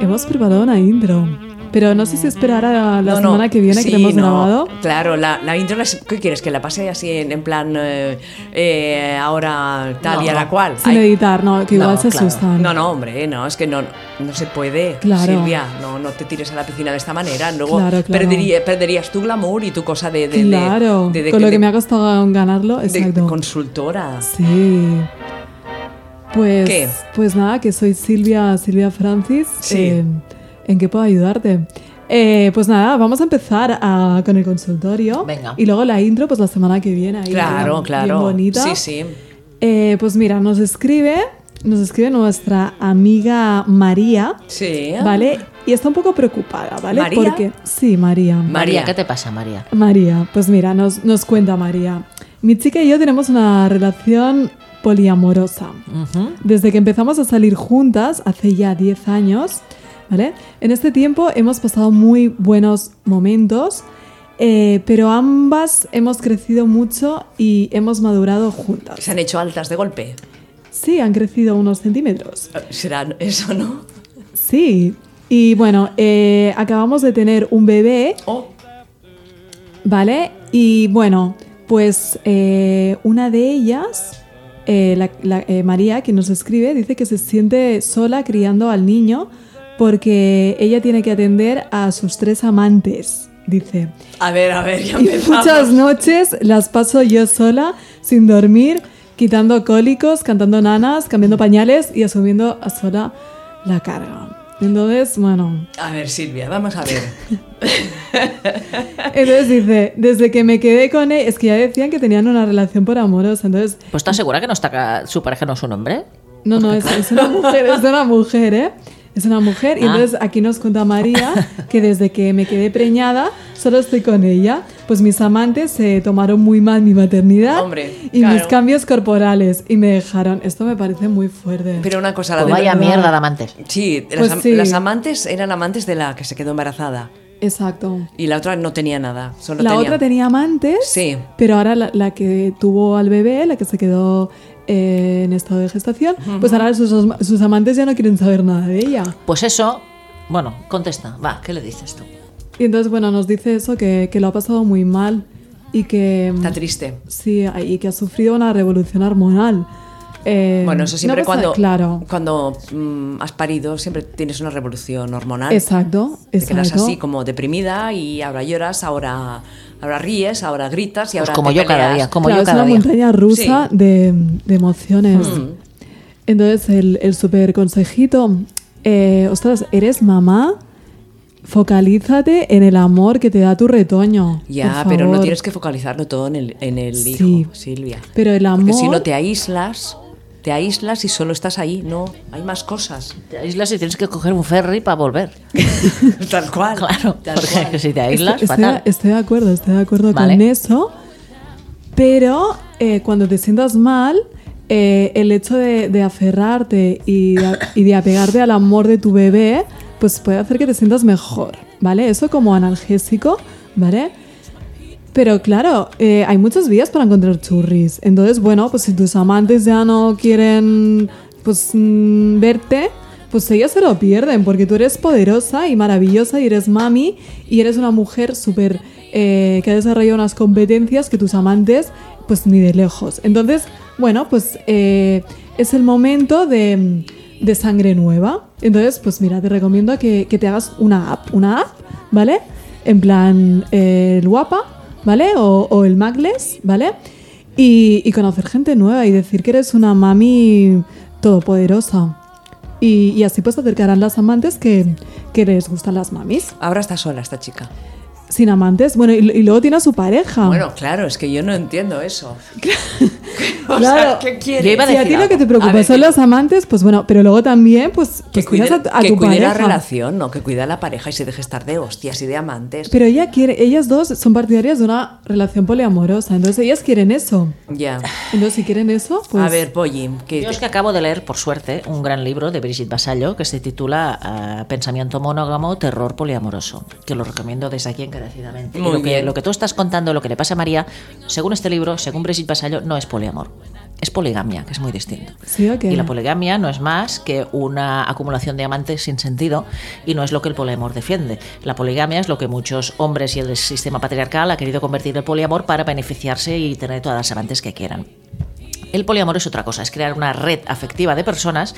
C: Hemos preparado una intro, pero no sé si esperar a la
A: No, no.
C: semana que viene
A: Sí,
C: que la hemos
A: no.
C: grabado.
A: Claro, la, la intro, la- ¿qué quieres? ¿Que la pase así en, en plan eh, eh, ahora tal y
B: No.
A: a la cual?
C: Sin
A: Ay,
C: editar, Ah, no, que
B: No,
C: igual se
B: claro.
C: asustan.
A: No, no, hombre, eh, no, es que no, no se puede,
C: Claro.
A: Silvia, no, no te tires a la piscina de esta manera, luego
C: Claro, claro.
A: perdería- perderías tu glamour y tu cosa de... de- de-
C: claro,
A: de- de-
C: con lo
A: de-
C: que me ha costado ganarlo,
A: de- de
C: exacto.
A: consultora.
C: Sí. Pues,
A: ¿Qué?
C: pues nada, que soy Silvia, Silvia Francis.
A: Sí.
C: Eh, ¿En qué puedo ayudarte? Eh, pues nada, vamos a empezar a- con el consultorio.
B: Venga.
C: Y luego la intro, pues la semana que viene. Ahí,
A: Claro,
C: bien-
A: claro.
C: Bien bonita.
A: Sí, sí.
C: Eh, pues mira, nos escribe Nos escribe nuestra amiga María,
A: Sí.
C: ¿vale? Y está un poco preocupada, ¿vale?
A: ¿María?
C: Porque sí, María.
A: María.
B: ¿qué te pasa, María?
C: María, pues mira, nos, nos cuenta María. Mi chica y yo tenemos una relación poliamorosa. Desde que empezamos a salir juntas, hace ya 10 años, ¿vale? En este tiempo hemos pasado muy buenos momentos, eh, pero ambas hemos crecido mucho y hemos madurado juntas.
A: Se han hecho altas de golpe. Eh,
C: Sí, han crecido unos centímetros.
A: Será eso, ¿no?
C: Sí. Y bueno, eh, acabamos de tener un bebé
A: Oh,
C: ¿Vale? Y bueno, pues eh, una de ellas, eh, la- la- eh, María, que nos escribe, dice que se siente sola criando al niño porque ella tiene que atender a sus tres amantes, dice.
A: a ver, a ver, ya
C: Y
A: empezamos.
C: muchas noches las paso yo sola, sin dormir, quitando cólicos, cantando nanas, cambiando pañales y asumiendo a sola la carga. Entonces, bueno,
A: A ver, Silvia, vamos a ver.
C: Entonces dice, desde que me quedé con él, es que ya decían que tenían una relación por amorosa, entonces,
B: Pues estás segura que no está ca- su pareja no es un hombre.
C: no, no, es, es una mujer, es una mujer, ¿eh? Es una mujer, y
B: Ah.
C: entonces aquí nos cuenta María que desde que me quedé preñada, solo estoy con ella, pues mis amantes se tomaron muy mal mi maternidad
A: Hombre,
C: y mis
A: claro.
C: cambios corporales, y me dejaron, esto me parece muy fuerte.
A: Pero una cosa, la
B: Pues
A: de
B: vaya
C: verdad.
B: mierda de amante.
A: Sí, las,
C: Pues
A: am-
C: sí.
A: las amantes eran amantes de la que se quedó embarazada.
C: Exacto.
A: Y la otra no tenía nada. Solo
C: la
A: tenía.
C: otra tenía amantes,
A: Sí.
C: pero ahora la, la que tuvo al bebé, la que se quedó eh, en estado de gestación, pues ahora sus, sus amantes ya no quieren saber nada de ella.
B: Pues eso, bueno, contesta. Va, ¿qué le dices tú?
C: Y entonces, bueno, nos dice eso, que, que lo ha pasado muy mal y que,
A: Está triste.
C: sí, y que ha sufrido una revolución hormonal. Eh,
A: Bueno, eso siempre
C: una cosa-
A: cuando,
C: Claro.
A: cuando mm, has parido, siempre tienes una revolución hormonal.
C: Exacto,
A: Te quedas
C: exacto.
A: así como deprimida y ahora lloras, ahora, ahora ríes, ahora gritas y
B: Pues
A: ahora
B: como
A: te
B: yo cada
A: peleas.
B: día, como
C: Claro,
B: yo
C: es una
B: cada día.
C: montaña rusa de, de emociones.
A: Mm.
C: Entonces, el, el super consejito, eh, ostras, eres mamá, focalízate en el amor que te da tu retoño.
A: Ya,
C: por
A: pero no
C: favor.
A: tienes que focalizarlo todo en el, en el
C: Sí.
A: hijo, Silvia.
C: Pero el
A: Porque si
C: amor-
A: no te aíslas, te aíslas y solo estás ahí. No, hay más cosas.
B: Te aíslas y tienes que coger un ferry para volver.
A: Tal cual.
B: Claro,
A: Tal
B: porque
A: cual. Este,
B: si te aíslas,
C: estoy,
B: fatal.
C: estoy de acuerdo, estoy de acuerdo con
B: Vale.
C: eso. Pero eh, cuando te sientas mal, eh, el hecho de, de aferrarte y de, y de apegarte al amor de tu bebé, pues puede hacer que te sientas mejor, ¿vale? Eso como analgésico, ¿vale? Pero claro, eh, hay muchas vías para encontrar churris. Entonces, bueno, pues si tus amantes ya no quieren pues, mm, verte, pues ellas se lo pierden porque tú eres poderosa y maravillosa y eres mami y eres una mujer súper eh, que ha desarrollado unas competencias que tus amantes pues ni de lejos. Entonces, bueno, pues eh, es el momento de, de sangre nueva. Entonces, pues mira, te recomiendo que, que te hagas una app, una app, ¿vale? En plan, eh, el guapa, ¿vale? O, o el Magles, ¿vale? Y, y conocer gente nueva y decir que eres una mami todopoderosa. Y, y así pues acercarán las amantes que, que les gustan las mamis.
A: Ahora está sola esta chica.
C: Sin amantes, bueno, y, y luego tiene a su pareja.
A: Bueno, claro, es que yo no entiendo eso. o
C: Claro.
A: sea, ¿qué quieres?
B: Yo iba a
C: si a
B: decir
C: ti lo
B: algo.
C: que te
A: A
C: preocupa
A: ver,
C: son
A: que-
C: los amantes, pues bueno, pero luego también, pues,
A: Que
C: pues cuidas
A: cuide,
C: a, a
A: que
C: tu
A: cuide la
C: pareja.
A: relación, no, que cuida a la pareja y se deje estar de hostias y de amantes.
C: Pero ella quiere, ellas dos son partidarias de una relación poliamorosa, entonces ellas quieren eso.
A: ya.
C: Entonces, si quieren eso, pues.
A: a ver, Polly, que
B: Yo es que acabo de leer, por suerte, un gran libro de Brigitte Basallo que se titula ah, Pensamiento monógamo, terror poliamoroso, que lo recomiendo desde aquí encarecidamente. Y
A: Muy
B: lo, que,
A: bien.
B: lo que tú estás contando, lo que le pasa a María, según este libro, según Brigitte Basallo, no es poliamor, es poligamia, que es muy distinto.
C: Sí, ok.
B: Y la poligamia no es más que una acumulación de amantes sin sentido y no es lo que el poliamor defiende. La poligamia es lo que muchos hombres y el sistema patriarcal ha querido convertir el poliamor para beneficiarse y tener todas las amantes que quieran. El poliamor es otra cosa, es crear una red afectiva de personas.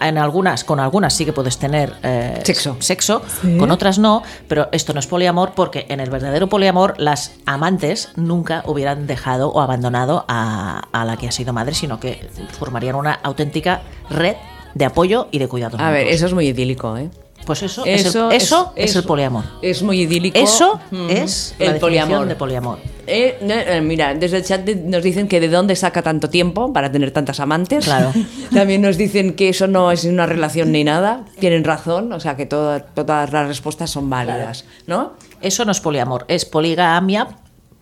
B: En algunas, con algunas sí que puedes tener eh,
A: Sexo.
B: sexo
C: Sí.
B: con otras no, pero esto no es poliamor porque en el verdadero poliamor las amantes nunca hubieran dejado o abandonado a, a la que ha sido madre, sino que formarían una auténtica red de apoyo y de cuidado.
A: A ver, eso es muy idílico, ¿eh?
B: pues eso, es el- eso es el poliamor.
A: Es muy idílico.
B: Eso
A: Mm.
B: es la definición de poliamor.
A: Eh, eh, eh, mira, desde el chat de- nos dicen que de dónde saca tanto tiempo para tener tantas amantes.
B: Claro.
A: También nos dicen que eso no es una relación ni nada. Tienen razón, o sea que toda- todas las respuestas son válidas, ¿no?
B: Eso no es poliamor, es poligamia.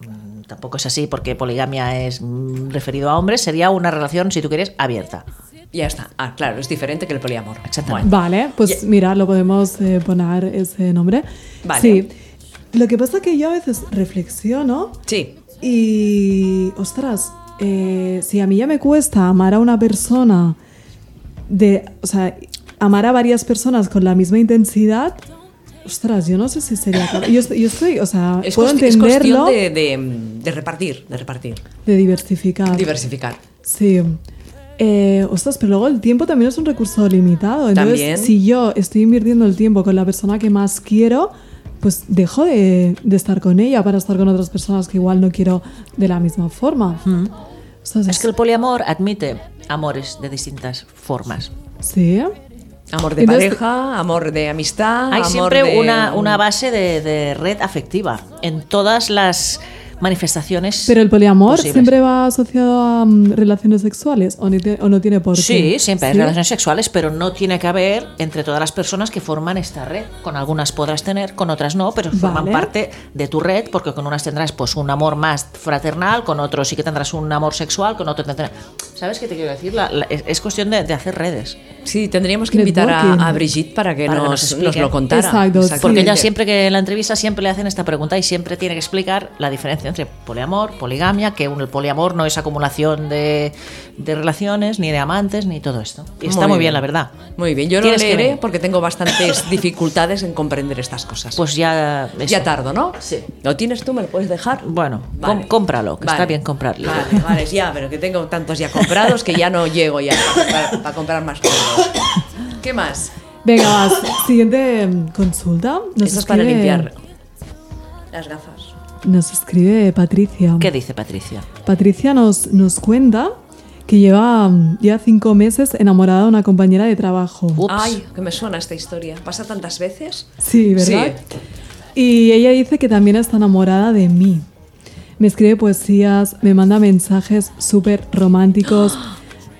B: Mm, Tampoco es así porque poligamia es mm, referido a hombres. Sería una relación, si tú quieres, abierta.
A: Ya está. Ah, claro, es diferente que el poliamor.
B: Exactamente.
C: Vale, pues mira, lo podemos eh, poner ese nombre.
A: Vale.
C: Sí. Lo que pasa es que yo a veces reflexiono
A: Sí.
C: y, ostras, eh, si a mí ya me cuesta amar a una persona, de, o sea, amar a varias personas con la misma intensidad, ostras, yo no sé si sería capaz. Yo, estoy- yo estoy, o sea,
A: Es,
C: Ah, puedo
A: cuest- es cuestión
C: entenderlo
A: de, de- de repartir, de repartir,
C: de diversificar.
A: diversificar.
C: Sí. Eh, ostras, pero luego el tiempo también es un recurso limitado. Entonces,
A: También.
C: si yo estoy invirtiendo el tiempo con la persona que más quiero, pues dejo de, de estar con ella para estar con otras personas que igual no quiero de la misma forma. Ostras,
B: Es que el poliamor admite amores de distintas formas.
C: Sí.
A: Amor de
C: Entonces-
A: pareja, amor de amistad.
B: Hay
A: Ah, amor
B: siempre
A: de-
B: una, una base de, de red afectiva en todas las manifestaciones.
C: Pero el poliamor
B: posibles.
C: siempre va asociado a mm, relaciones sexuales o, ni te- o no tiene por qué.
B: Sí, siempre hay
C: Sí.
B: relaciones sexuales, pero no tiene que haber entre todas las personas que forman esta red. Con algunas podrás tener, con otras no, pero forman
C: Vale.
B: parte de tu red, porque con unas tendrás pues un amor más fraternal, con otros sí que tendrás un amor sexual, con otros tendrás... ¿Sabes qué te quiero decir? La- la- es, es cuestión de, de hacer redes.
A: Sí, tendríamos que invitar
C: Networking.
A: a, a Brigitte para que,
B: Para que nos
A: nos,
B: explique.
A: nos lo contara.
C: Exacto, sí.
B: Porque ella
A: Exactamente.
B: siempre que en la entrevista siempre le hacen esta pregunta y siempre tiene que explicar la diferencia entre poliamor, poligamia, que un- el poliamor no es acumulación de, de relaciones, ni de amantes, ni todo esto. Y está muy bien, la verdad.
A: Muy bien, yo lo
B: Tienes que
A: leeré
B: venir.
A: porque tengo bastantes dificultades en comprender estas cosas.
B: Pues ya...
A: ya
B: eso.
A: tardo, ¿no?
B: Sí.
A: ¿Lo tienes tú? ¿Me lo puedes dejar?
B: Bueno,
A: Vale.
B: com- cómpralo, que
A: Vale.
B: está bien comprarlo.
A: Vale, vale, ya, pero que tengo tantos ya comprados que ya no llego ya para, para comprar más cosas. ¿Qué más?
C: Venga, vas. Siguiente mm, consulta. Nos
A: Esto es para
C: escribe-
A: limpiar las gafas.
C: Nos escribe Patricia.
B: ¿Qué dice Patricia?
C: Patricia nos, nos cuenta que lleva mm, ya cinco meses enamorada de una compañera de trabajo.
B: Ups.
A: Ay, que me suena esta historia. ¿Pasa tantas veces?
C: Sí, ¿verdad?
A: Sí.
C: Y ella dice que también está enamorada de mí. Me escribe poesías, me manda mensajes súper románticos,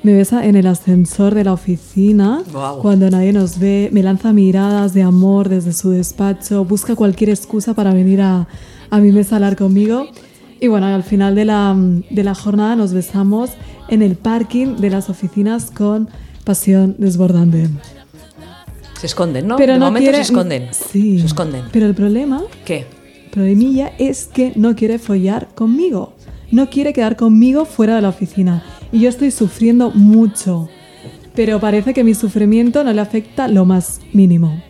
C: me besa en el ascensor de la oficina
A: Guau.
C: cuando nadie nos ve, me lanza miradas de amor desde su despacho, busca cualquier excusa para venir a, a mi mesa a hablar conmigo. Y bueno, al final de la, de la jornada nos besamos en el parking de las oficinas con pasión desbordante.
A: Se esconden, ¿no?
C: Pero
A: de
C: no
A: momento
C: quiere-
A: se esconden.
C: Sí.
A: Se esconden.
C: Pero el problema,
A: ¿Qué?
C: problemilla, es que no quiere follar conmigo. No quiere quedar conmigo fuera de la oficina. Y yo estoy sufriendo mucho. Pero parece que mi sufrimiento no le afecta lo más mínimo.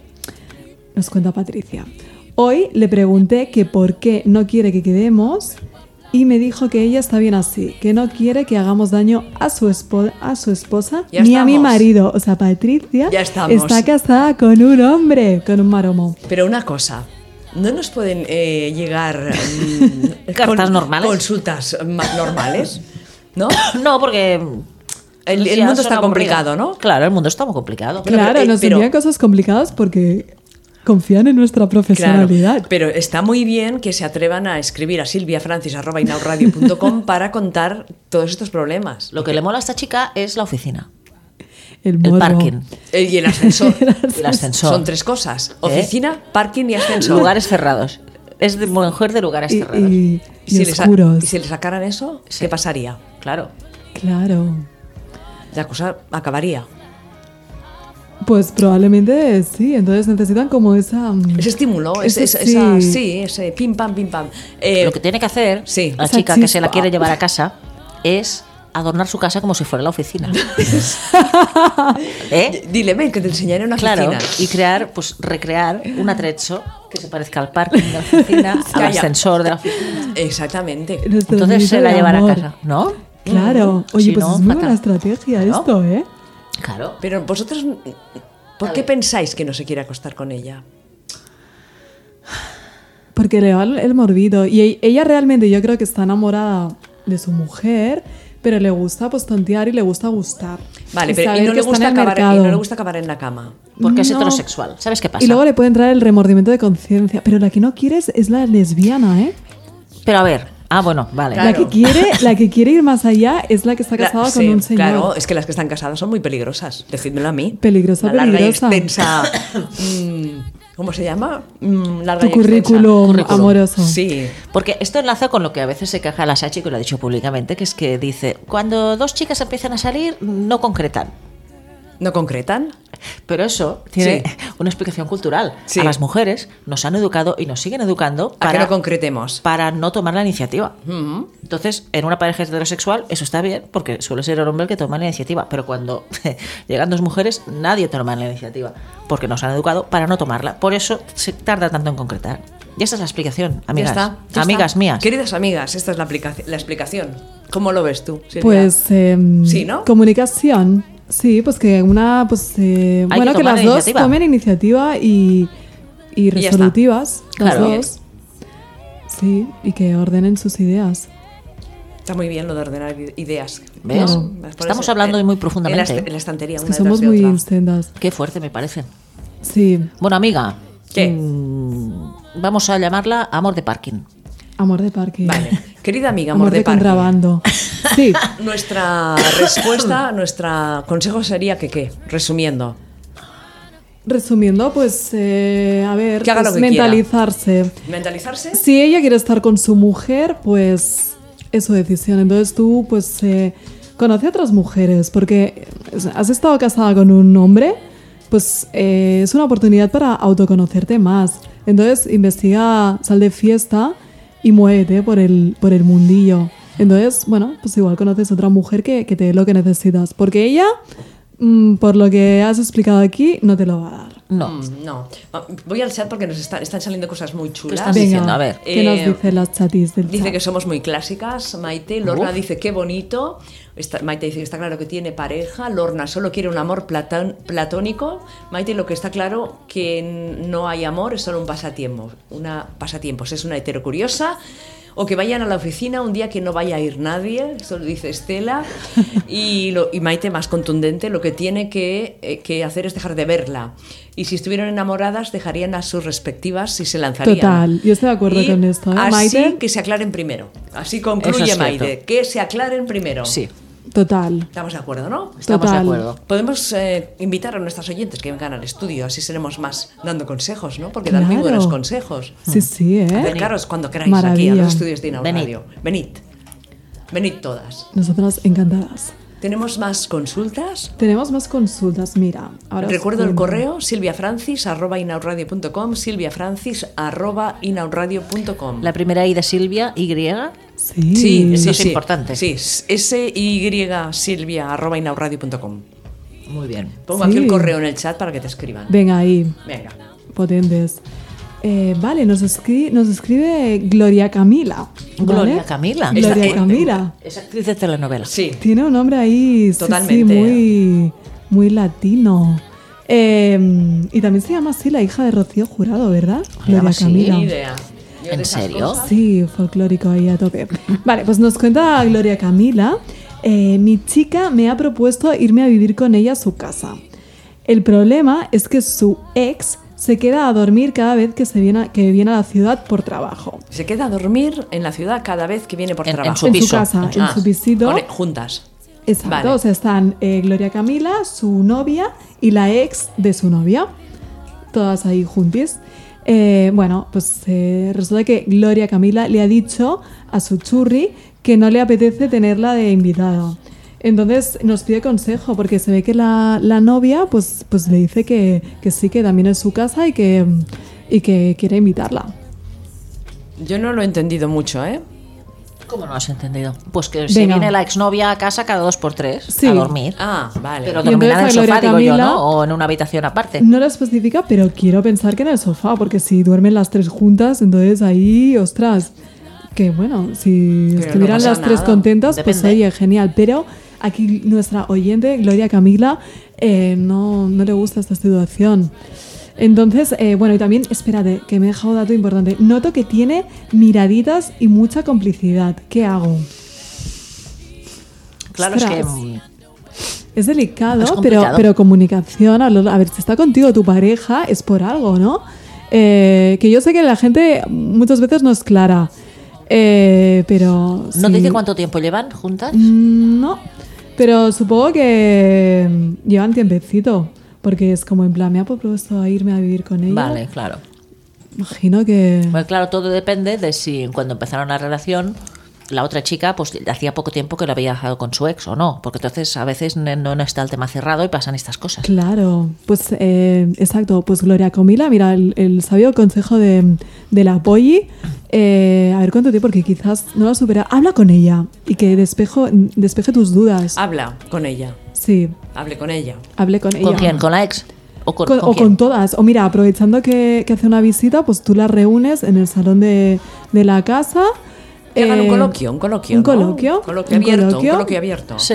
C: Nos cuenta Patricia. Hoy le pregunté que por qué no quiere que quedemos y me dijo que ella está bien así, que no quiere que hagamos daño a su, espo- a su esposa
A: Ya
C: ni a mi
A: estamos.
C: marido. O sea, Patricia
A: Ya estamos.
C: está casada con un hombre, con un maromo.
A: Pero una cosa, ¿no nos pueden eh, llegar mm,
B: Cartas normales.
A: Consultas ma- normales, ¿no?
B: No, porque...
A: El- el
B: ya
A: mundo
B: son
A: está
B: aburridas.
A: complicado, ¿no?
B: Claro, el mundo está muy complicado.
A: Pero-
C: claro,
A: eh,
C: nos
A: pero-
C: envían cosas complicadas porque confían en nuestra
A: Claro,
C: profesionalidad.
A: pero está muy bien que se atrevan a escribir a silviafrancis.inauradio.com para contar todos estos problemas.
B: Lo que le mola a esta chica es la oficina,
C: el
B: el
C: morbo.
B: parking,
A: Eh, Y el ascensor.
B: el ascensor.
A: Son tres cosas. Oficina, parking y ascensor.
B: lugares cerrados. Es de mujer de lugares
C: Y,
B: cerrados.
A: Y
C: y- y
A: si, le sa-
C: oscuros.
A: y si le sacaran eso, ¿qué pasaría?
B: Claro.
C: Claro.
A: La cosa acabaría.
C: Pues probablemente sí, entonces necesitan como esa... mm,
A: Ese estímulo,
C: Ese
A: ese, esa- esa-
C: sí.
A: sí, ese pim pam, pim pam. Eh,
B: Lo que tiene que hacer
A: sí.
B: la
C: Esa
B: chica que se la
C: chispa.
B: quiere llevar a casa es adornar su casa como si fuera la oficina. ¿Eh?
A: Dile, ven, que te enseñaré una
B: Claro,
A: oficina.
B: y crear, pues recrear un atrecho que se parezca al parking de la oficina, al
A: Calla.
B: ascensor de la oficina.
A: Exactamente.
C: nuestro
B: Entonces se
C: nido
B: la
C: de
B: llevará a
C: amor.
B: casa, ¿no?
C: Claro.
B: Mm,
C: Oye,
B: si
C: pues
B: no,
C: es muy
B: fatal.
C: buena estrategia
B: Claro.
C: esto, ¿eh?
B: Claro.
A: Pero vosotros, ¿por qué pensáis que no se quiere acostar con ella?
C: Porque le va el el morbido. Y e- ella realmente yo creo que está enamorada de su mujer, pero le gusta pues tontear y le gusta gustar.
A: Vale,
C: Y
A: pero y
C: saber
A: no,
C: que
A: le
C: está en
A: gusta
C: el
A: acabar, y
C: mercado.
A: no le gusta acabar en la cama.
B: Porque es
C: No.
B: heterosexual. ¿Sabes qué pasa?
C: Y luego le puede entrar el remordimiento de conciencia. Pero la que no quieres es la lesbiana, ¿eh?
B: Pero a ver, Ah, bueno, vale.
A: Claro.
C: La, que quiere, la que quiere ir más allá es la que está
A: La-
C: casada con
A: sí,
C: un señor.
A: Claro, es que las que están casadas son muy peligrosas. Decídmelo a mí.
C: Peligrosa,
A: La larga
C: peligrosa.
A: y extensa. mm, ¿Cómo se llama? Mm, larga
C: Tu
A: y extensa.
C: currículum,
B: Currículum.
C: amoroso.
A: Sí.
B: Porque esto enlaza con lo que a veces se caja la Sachi, que lo ha dicho públicamente, que es que dice, cuando dos chicas empiezan a salir, no concretan.
A: ¿No concretan?
B: Pero eso tiene una explicación cultural.
A: Sí.
B: A las mujeres nos han educado y nos siguen educando
A: ¿A que
B: para,
A: no concretemos?
B: para no tomar la iniciativa.
A: Mm.
B: Entonces, en una pareja heterosexual eso está bien, porque suele ser el hombre el que toma la iniciativa, pero cuando llegan dos mujeres, nadie toma la iniciativa, porque nos han educado para no tomarla. Por eso se tarda tanto en concretar. Y esa es la explicación, amigas.
A: Ya está, ya
B: amigas
A: está.
B: mías.
A: Queridas amigas, esta es la, aplicaci- la explicación. ¿Cómo lo ves tú? Silvia?
C: Pues em,
A: Sí, ¿no?
C: comunicación. Sí, pues que una, pues eh,
B: que
C: bueno, que,
B: tomar
C: las dos
B: iniciativa.
C: tomen iniciativa y, y
A: ya está.
C: resolutivas, las
B: Claro.
C: dos. Sí, y que ordenen sus ideas.
A: Está muy bien lo de ordenar i- ideas.
B: ¿Ves?
A: Claro. Las pones
B: Estamos
A: en-
B: hablando
A: en-
B: muy
A: en la
B: profundamente. ¿eh?
A: est- eh, En la estantería,
C: Es
A: una
C: que
A: detrás
C: somos
A: de
C: muy
A: otra.
C: insendas.
B: Qué fuerte me parece.
C: Sí,
B: Bueno, amiga,
A: ¿Qué?
B: mm, vamos a llamarla amor de parking.
C: amor de parque.
A: Vale. Querida amiga,
C: Amor, de,
A: parking.
C: contrabando. Sí,
A: Nuestra respuesta, nuestro consejo sería que qué, resumiendo,
C: resumiendo, pues eh, a ver,
A: Que haga
C: pues,
A: lo que quiera.
C: mentalizarse.
A: mentalizarse.
C: Si ella quiere estar con su mujer, pues es su decisión. Entonces tú, pues, eh, conoce a otras mujeres, porque o sea, has estado casada con un hombre, pues eh, es una oportunidad para autoconocerte más. Entonces investiga, sal de fiesta y muévete por el, por el mundillo. Entonces, bueno, pues igual conoces a otra mujer que, que te dé lo que necesitas, porque ella, mm, por lo que has explicado aquí, no te lo va a dar.
B: No,
A: Mm, No, Va- voy al chat porque nos están, están saliendo cosas muy chulas.
B: están Estás diciendo? A ver.
C: ¿Qué nos
A: Eh,
C: dicen las chatis del
A: Dice
C: chat?
A: que somos muy clásicas, Maite. Lorna
B: Uf.
A: dice, qué bonito. Está- Maite dice que está claro que tiene pareja. Lorna solo quiere un amor platón- platónico. Maite, lo que está claro que n- no hay amor, es solo un pasatiempo. Una pasatiempos, es una heterocuriosa. O que vayan a la oficina un día que no vaya a ir nadie, eso lo dice Estela. Y, lo- y Maite, más contundente, lo que tiene que, eh, que hacer es dejar de verla. Y si estuvieran enamoradas, dejarían a sus respectivas y se lanzarían.
C: Total, yo estoy de acuerdo con esto, ¿eh,
A: así
C: Maite?
A: que se aclaren primero. Así concluye
B: Eso es
A: Maide.
B: cierto.
A: Que se aclaren primero.
B: sí,
C: Total.
A: Estamos de acuerdo, ¿no?
B: estamos de
C: Total.
B: acuerdo.
A: Podemos eh, invitar a nuestras oyentes que vengan al estudio, así seremos más dando consejos, ¿no? Porque dan muy
C: Claro.
A: buenos consejos. Mm.
C: Sí, sí, ¿eh?
A: Acercaros cuando queráis
C: Maravilla.
A: aquí a los estudios de Inau
B: Venid.
A: Radio. Venid. Venid todas.
C: Nosotras encantadas.
A: ¿Tenemos más consultas?
C: Tenemos más consultas, mira. Ahora os
A: Recuerdo el
C: cuento.
A: correo silviafrancis.inauradio.com silviafrancis.inauradio.com
B: La primera I de Silvia, Y,
C: Sí,
A: Sí,
B: Eso
A: sí,
B: es
A: sí.
B: importante.
A: Mm, Sí, silvia.inauradio.com.
B: muy bien.
A: Pongo aquí el
C: Sí.
A: correo en el chat para que te escriban.
C: Ven ahí,
A: Venga.
C: potentes. Eh, vale, nos, escri- nos escribe Gloria Camila. ¿vale?
B: Gloria Camila.
A: Esta-
C: Gloria
A: eh,
C: Camila.
B: Es actriz de telenovela.
A: Sí.
C: Tiene un nombre ahí sí, sí,
A: Totalmente.
C: muy, muy latino. Eh, y también se llama así la hija de Rocío Jurado, ¿verdad?
B: llama
C: Gloria
B: así.
A: Ni
C: Camila.
A: idea. Yo
B: ¿En
A: de esas
B: serio?
A: cosas-
C: Sí, folclórico ahí a tope. Vale, pues nos cuenta Gloria Camila. eh, mi chica me ha propuesto irme a vivir con ella a su casa. El problema es que su ex se queda a dormir cada vez que, se viene, a, que viene a la ciudad por trabajo.
A: Se queda a dormir en la ciudad cada vez que viene por
B: En- en
A: trabajo.
B: su
C: en su
B: piso,
C: casa,
A: Ah,
C: en su pisito.
A: pone juntas.
C: Exacto,
A: Vale.
C: o sea, están eh, Gloria Camila, su novia y la ex de su novia. Todas ahí juntis. Eh, bueno, pues eh, resulta que Gloria Camila le ha dicho a su churri que no le apetece tenerla de invitada. Entonces nos pide consejo porque se ve que la, la novia pues, pues le dice que, que sí, que también es su casa y que, y que quiere invitarla.
A: Yo no lo he entendido mucho, ¿eh?
B: ¿Cómo no has entendido? Pues que se
C: Venga.
B: viene la exnovia a casa cada dos por tres
C: Sí.
B: a dormir.
A: Ah, vale.
B: Pero
C: Y entonces
B: dormirá en
C: a
B: el
C: Gloria
B: sofá, digo yo,
C: Camila-
B: ¿no? O en una habitación aparte.
C: No lo especifica, pero quiero pensar que en el sofá, porque si duermen las tres juntas, entonces ahí, ostras, que bueno, si
A: no
C: estuvieran
A: pasa
C: las tres
A: nada.
C: contentas, pues
B: Depende.
C: oye, genial. Pero aquí nuestra oyente, Gloria Camila, eh, no, no le gusta esta situación. Entonces, eh, bueno, y también, espérate, que me he dejado un dato importante. Noto que tiene miraditas y mucha complicidad. ¿Qué hago?
B: Claro, es que
C: Ostras.
B: mm,
C: Es delicado,
B: Es
C: pero,
B: complicado.
C: pero comunicación, hablarlo. a ver, si está contigo tu pareja, es por algo, ¿no? Eh, que yo sé que la gente muchas veces no es clara. Eh, pero.
B: ¿No
C: sí.
B: te
C: Mm.
B: dice cuánto tiempo llevan juntas?
C: No, pero supongo que mm, llevan tiempecito. Porque es como en plan, me ha propuesto a irme a vivir con ella.
B: Vale, claro.
C: Imagino que.
B: Bueno, Pues claro, todo depende de si cuando empezaron la relación la otra chica pues hacía poco tiempo que lo había dejado con su ex o no, porque entonces a veces ne- no, no está el tema cerrado y pasan estas cosas.
C: Claro, pues eh, exacto, pues Gloria Comila, mira, el, el sabio consejo de, de la Polly, eh, a ver cuánto tiempo, porque quizás no la supera, habla con ella y que despejo, despeje tus dudas.
A: Habla con ella.
C: Sí,
A: Hable Ah. con ella.
C: hable con ella.
B: ¿Con quién? ¿Con la ex? ¿O con,
C: Con-
B: con
C: o
B: quién?
C: con todas. O mira, aprovechando que, que hace una visita, pues tú la reúnes en el salón de, de la casa.
A: Que hagan un
C: eh,
A: coloquio, un coloquio.
C: Un
A: ¿no?
C: coloquio.
A: Un coloquio abierto, un coloquio abierto.
B: Sí.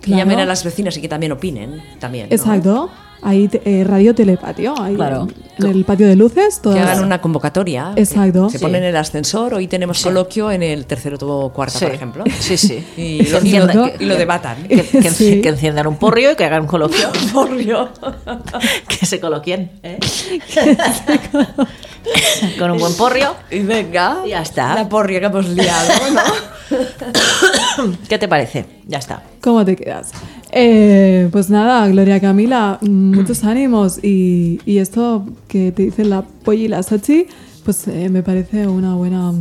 A: Que llamen
C: Claro.
A: a las vecinas y que también opinen. También. ¿no?
C: Exacto. Ahí, te- eh, radio telepatio. Ahí,
B: Claro.
C: En el patio de luces.
A: Que
C: Todas.
A: hagan una convocatoria.
C: Pues Exacto.
A: que Se ponen en el ascensor. Hoy tenemos coloquio en el tercer o cuarta,
B: Sí.
A: por ejemplo.
B: Sí, sí.
A: Y
B: Que
A: lo, y
B: enciendan-
A: lo-
B: que-
A: y lo debatan.
B: Que, que-
C: Sí.
B: que enciendan un porrio y que hagan un coloquio.
A: Porrio.
B: que se coloquien. ¿eh? con un buen porrio.
A: Y venga.
B: Ya está.
A: La porria que hemos liado, ¿no?
B: ¿Qué te parece? Ya está.
C: ¿Cómo te quedas? Eh, pues nada, Gloria Camila, mm, muchos ánimos. Y, y esto que te dicen la Polly y la Sachi, pues eh, me parece una buena,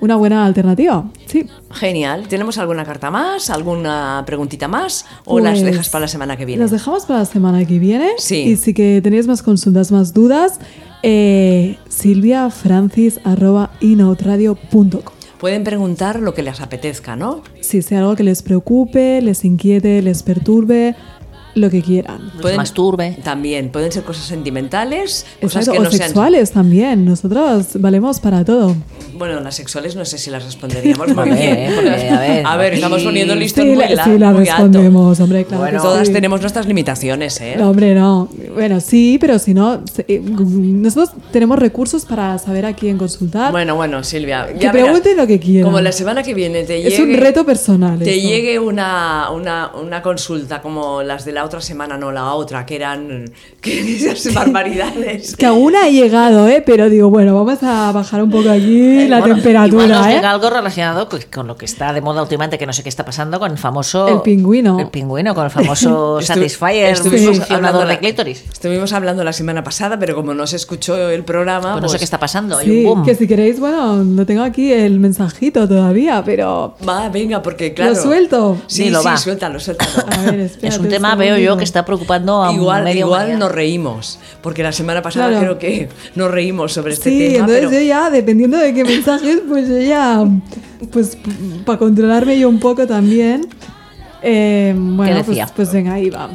C: una buena alternativa. Sí.
A: Genial. ¿Tenemos alguna carta más? ¿Alguna preguntita más? ¿O las
C: Pues,
A: dejas para la semana que viene?
C: Las dejamos para la semana que viene.
A: Sí.
C: Y si que tenéis más consultas, más dudas, eh, silviafrancis.inoutradio.com.
A: Pueden preguntar lo que les apetezca, ¿no?
C: Si sea algo que les preocupe, les inquiete, les perturbe, lo que quieran.
B: No se masturbe.
A: También. Pueden ser cosas sentimentales, cosas
C: Exacto,
A: que
C: o
A: no sean.
C: sexuales también. Nosotros valemos para todo.
A: Bueno, las sexuales no sé si las responderíamos muy
B: Porque,
A: bien.
B: porque, a ver,
A: estamos
B: aquí-
A: poniendo listos
C: sí,
A: muy,
C: la,
A: la-
C: sí, la
A: muy
C: respondemos, hombre, claro.
A: alto.
C: que
A: Todas
C: sí.
A: tenemos nuestras limitaciones, ¿eh?
C: No, hombre, no. Bueno, sí, pero si no, se- eh, nosotros tenemos recursos para saber a quién consultar.
A: Bueno, bueno, Silvia.
C: Que
A: ya verás.
C: pregunten lo que quieran.
A: Como la semana que viene te
C: es
A: llegue.
C: un reto personal.
A: Te
C: esto.
A: llegue una, una, una consulta como las de la otra semana, no la otra, que eran que esas barbaridades.
C: Es que aún ha llegado, ¿eh? Pero digo, bueno, vamos a bajar un poco aquí la
B: Bueno, igual nos
C: temperatura, ¿eh?
B: llega algo relacionado co- con lo que está de moda últimamente, que no sé qué está pasando, con el famoso...
C: El pingüino.
B: El pingüino, con el famoso
A: Estu-
B: Satisfyer,
A: estuvimos hablando
B: funcionador
A: la-
B: de clítoris.
A: Estuvimos hablando la semana pasada, pero como no se escuchó el programa,
B: Pues no sé
A: pues-
B: qué está pasando, hay un
C: Ah, Sí,
B: boom.
C: que si queréis, bueno, no tengo aquí el mensajito todavía, pero
A: Va, venga, porque claro.
C: lo suelto.
A: Sí,
B: Dilo,
A: sí,
B: va.
A: suéltalo, suéltalo.
C: A ver,
B: es
C: espérate
B: un tema, veo
C: segundito.
B: yo, que está preocupando a
A: Igual,
B: medio
A: igual
B: humanidad.
A: nos reímos, porque la semana pasada creo
C: Claro.
A: que nos reímos sobre este
C: sí,
A: tema.
C: entonces
A: pero-
C: yo ya, dependiendo de qué mensajes, pues yo ya, pues para controlarme yo un poco también, eh, bueno, pues-
B: decía?
C: Pues, venga, ahí va.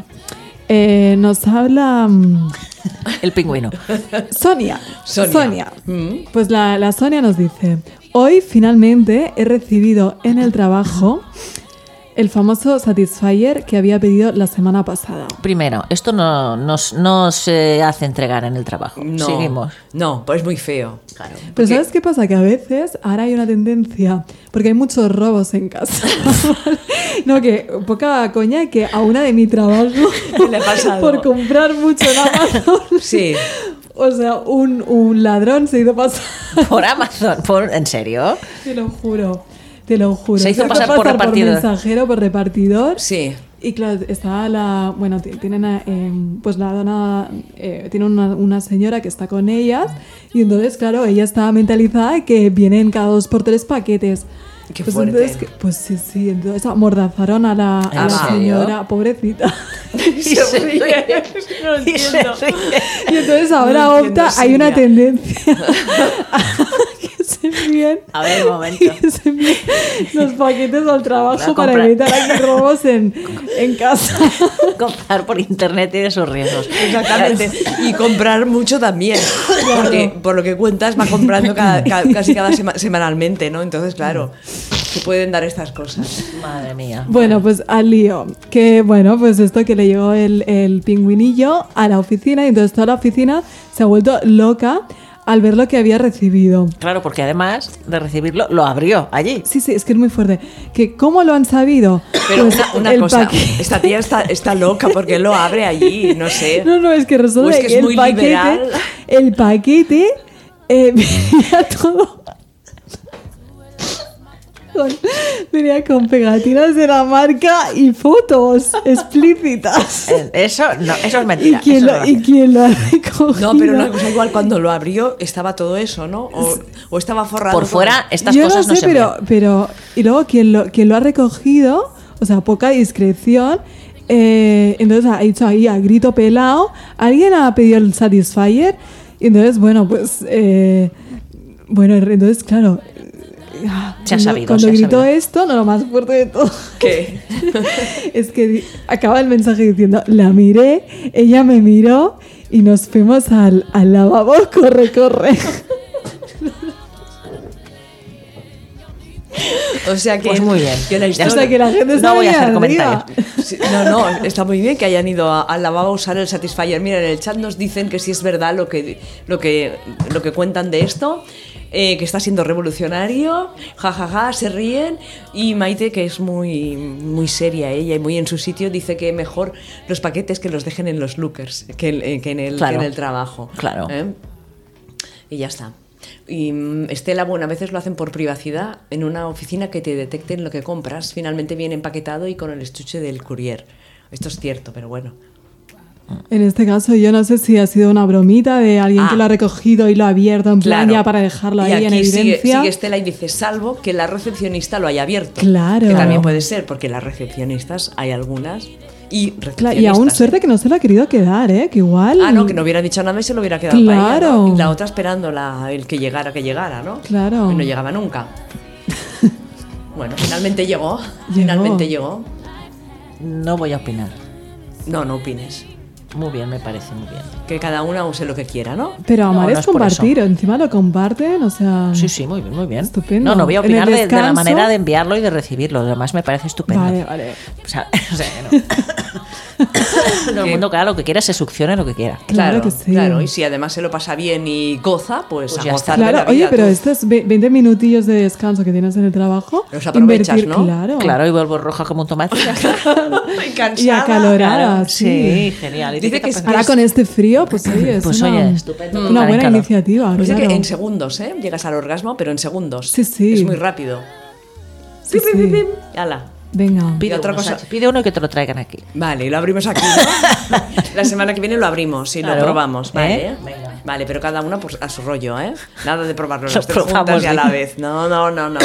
C: Eh, nos habla mm,
B: El pingüino.
C: Sonia.
A: Sonia.
C: Sonia.
A: Mm.
C: Pues la, la Sonia nos dice, hoy finalmente he recibido en el trabajo el famoso Satisfyer que había pedido la semana pasada.
B: Primero, esto no, nos- no se hace entregar en el trabajo.
A: No,
B: Seguimos.
A: No, pues muy feo. Claro.
C: Pero ¿sabes qué pasa? Que a veces ahora hay una tendencia, porque hay muchos robos en casa. no, que poca coña que a una de mi trabajo,
A: Le ha pasado.
C: por comprar mucho en Amazon,
A: Sí.
C: o sea, un, un ladrón se hizo pasar,
B: Por Amazon, por- ¿en serio?
C: te lo juro. Te lo juro.
B: Se hizo pasar por repartidor.
C: mensajero, por repartidor.
A: Sí.
C: Y claro, está la. Bueno, ti- tienen. a, eh, pues la dona. eh, tiene una, una señora que está con ellas. Y entonces, claro, ella está mentalizada que vienen cada dos por tres paquetes.
A: Qué
C: pues
A: fuerte.
C: entonces que- pues sí, sí. Entonces amordazaron a la, a
B: ¿En
C: la
B: serio?
C: señora, pobrecita.
B: Y se ríe. Y se ríe.
C: y entonces ahora
A: No entiendo,
C: opta. Hay una
A: Silvia.
C: tendencia a que se envíen.
B: A ver, un momento.
C: que se envíen los paquetes al
B: Voy a
C: trabajo para
B: comprar.
C: evitar aquí robos en, en casa.
B: Comprar por internet tiene sus riesgos.
A: Exactamente. Y comprar mucho también. Porque por lo que cuentas va comprando cada- ca- casi cada sema- semanalmente, ¿no? Entonces, claro, se pueden dar estas cosas.
B: Madre mía.
C: Bueno, pues al lío. Que bueno, pues esto que le llegó el, el pingüinillo a la oficina y entonces toda la oficina se ha vuelto loca al ver lo que había recibido.
B: Claro, porque además de recibirlo, lo abrió allí.
C: Sí, sí, es que es muy fuerte. Que ¿Cómo lo han sabido?
A: Pero
C: Pues
A: una, una
C: el
A: cosa,
C: paquete-
A: esta tía está, está loca porque lo abre allí, no sé.
C: No, no, es que resulta
A: O es que es
C: el
A: muy
C: paquete,
A: liberal.
C: el paquete eh, venía todo con, venía con pegatinas de la marca y fotos explícitas.
B: Eh, Eso, no, eso es
C: ¿Y
B: mentira.
C: quién,
B: eso
C: lo,
B: no
C: y quién lo ha recogido?
A: No, pero una cosa igual, cuando lo abrió estaba todo eso, ¿no? O, o estaba forrado.
B: Por
A: con-
B: fuera, estas
C: Yo
B: cosas
C: no
B: no
C: sé,
B: se
C: pero,
B: ven.
C: pero y luego quien lo, quien lo ha recogido, o sea, poca discreción. eh, entonces ha dicho ahí a grito pelado, alguien ha pedido el Satisfyer y entonces, bueno, pues, eh, bueno, entonces, claro. eh, ah,
B: Se ha
C: cuando-
B: sabido,
C: Cuando
B: se ha
C: gritó
B: sabido.
C: esto, no, lo más fuerte de todo
A: ¿Qué?
C: es que di- acaba el mensaje diciendo, la miré, ella me miró y nos fuimos al, al lavabo, corre, corre.
A: O sea que.
B: Pues muy bien.
A: que la
B: Ya
A: historia-
C: O sea, que la gente
B: No
C: estaba
B: voy a
C: ahí
B: hacer
C: arriba.
B: comentarios.
A: Sí, No, no, está muy bien que hayan ido a- al lavabo a usar el Satisfyer. Mira, en el chat nos dicen que si es verdad lo que, lo que, lo que cuentan de esto, eh, que está siendo revolucionario, jajaja, se ríen. Y Maite, que es muy, muy seria ella y muy en su sitio, dice que mejor los paquetes que los dejen en los lookers que, en- eh, que en, el, que
B: Claro.
A: en el trabajo.
B: Claro.
A: ¿eh? Y ya está. Y mm, Estela, bueno, a veces lo hacen por privacidad en una oficina que te detecten lo que compras. Finalmente viene empaquetado y con el estuche del courier. Esto es cierto, pero bueno.
C: En este caso, yo no sé si ha sido una bromita de alguien
A: Ah.
C: que lo ha recogido y lo ha abierto en plan
A: Claro.
C: ya para dejarlo
A: y
C: ahí en
A: aquí sigue,
C: evidencia.
A: sigue Estela y dice, salvo que la recepcionista lo haya abierto.
C: Claro.
A: Que también puede ser, porque las recepcionistas hay algunas. Y,
C: Claro, y aún
A: recepcionistas.
C: suerte que no se lo ha querido quedar, ¿eh? Que igual.
A: Ah, no, que no hubiera dicho nada y se lo hubiera quedado para ella,
C: Claro.
A: ¿no? Y la otra esperando la- el que llegara, que llegara, ¿no?
C: Claro.
A: Y no llegaba nunca. bueno, finalmente llegó, Finalmente llegó.
B: No voy a opinar.
A: No, no opines.
B: Muy bien, me parece muy bien.
A: Que cada una use lo que quiera, ¿no?
C: Pero amar
B: No, no
C: es
B: es por eso.
C: compartir, encima lo comparten, o sea.
B: Sí, sí, muy bien, muy bien.
C: Estupendo.
B: No, no voy a
C: En el
B: opinar de, de la
C: descanso-
B: manera de enviarlo y de recibirlo. Lo demás me parece estupendo.
C: Vale, vale.
B: O sea, o sea, no. Todo el mundo que haga lo que quiera, se succione lo que quiera.
C: Claro que sí.
A: claro. Y si además se lo pasa bien y goza, pues,
B: Pues
A: a
B: ya
A: gozar de la
C: Claro,
A: vida.
C: oye, pero
A: tú.
C: estos ve- 20 minutillos de descanso que tienes en el trabajo.
A: Los aprovechas, ¿no?
C: Claro.
B: Claro, y vuelvo roja como un tomate.
A: Ay, cansada.
C: Y acalorada,
B: Claro,
C: sí.
B: sí, genial. Y
A: Dice
B: te
A: que
B: quita
A: es-
B: pensar.
C: Ahora con este frío, pues oye, es
B: Pues
C: una,
B: oye, estupendo,
C: una
B: total
C: buena
B: calor.
C: iniciativa.
A: Pues es que
C: claro.
A: en segundos, ¿eh? Llegas al orgasmo, pero en segundos.
C: Sí, sí.
A: Es muy rápido.
C: Sí,
A: Pim,
C: sí.
A: pim, pim, pim. Ala.
C: Venga.
A: Y
B: Pide
A: otra
B: uno,
A: cosa-
B: Sánchez, pide uno y que te lo traigan aquí.
A: Vale, y lo abrimos aquí. ¿no? La semana que viene lo abrimos y lo
B: Claro.
A: probamos, ¿vale?
B: ¿Eh? Venga.
A: Vale, pero cada una pues, a su rollo, ¿eh? Nada de probarlo
B: Lo
A: las tres
B: probamos,
A: juntas y a la
B: ¿eh?
A: vez. No, no, no, no.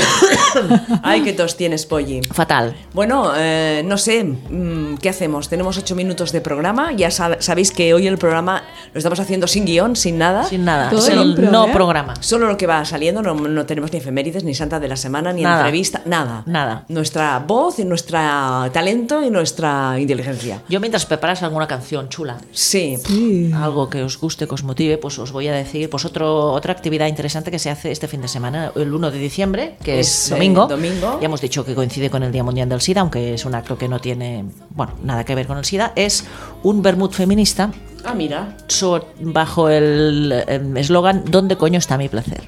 A: Ay, que tos tienes, Polly.
B: Fatal.
A: Bueno, eh, no sé, mm, ¿qué hacemos? Tenemos ocho minutos de programa. Ya sab- sabéis que hoy el programa lo estamos haciendo sin guión, sin nada.
B: Sin nada.
C: Todo
B: Es el
C: impro,
B: no
C: ¿eh?
B: programa.
A: Solo lo que va saliendo, no, no tenemos ni efemérides, ni santa de la semana, ni
B: Nada.
A: entrevista, nada.
B: Nada.
A: Nuestra voz y nuestra talento y nuestra inteligencia.
B: Yo mientras preparas alguna canción chula,
A: Sí,
C: Sí.
B: algo que os guste, que os motive, pues os voy a decir pues otro, otra actividad interesante que se hace este fin de semana, el 1 de diciembre, que es,
A: Es, eh,
B: domingo.
A: domingo.
B: Ya hemos dicho que coincide con el Día Mundial del SIDA, aunque es un acto que no tiene bueno, nada que ver con el SIDA. Es un vermut feminista
A: Ah, mira.
B: so- bajo el em, eslogan ¿Dónde coño está mi placer?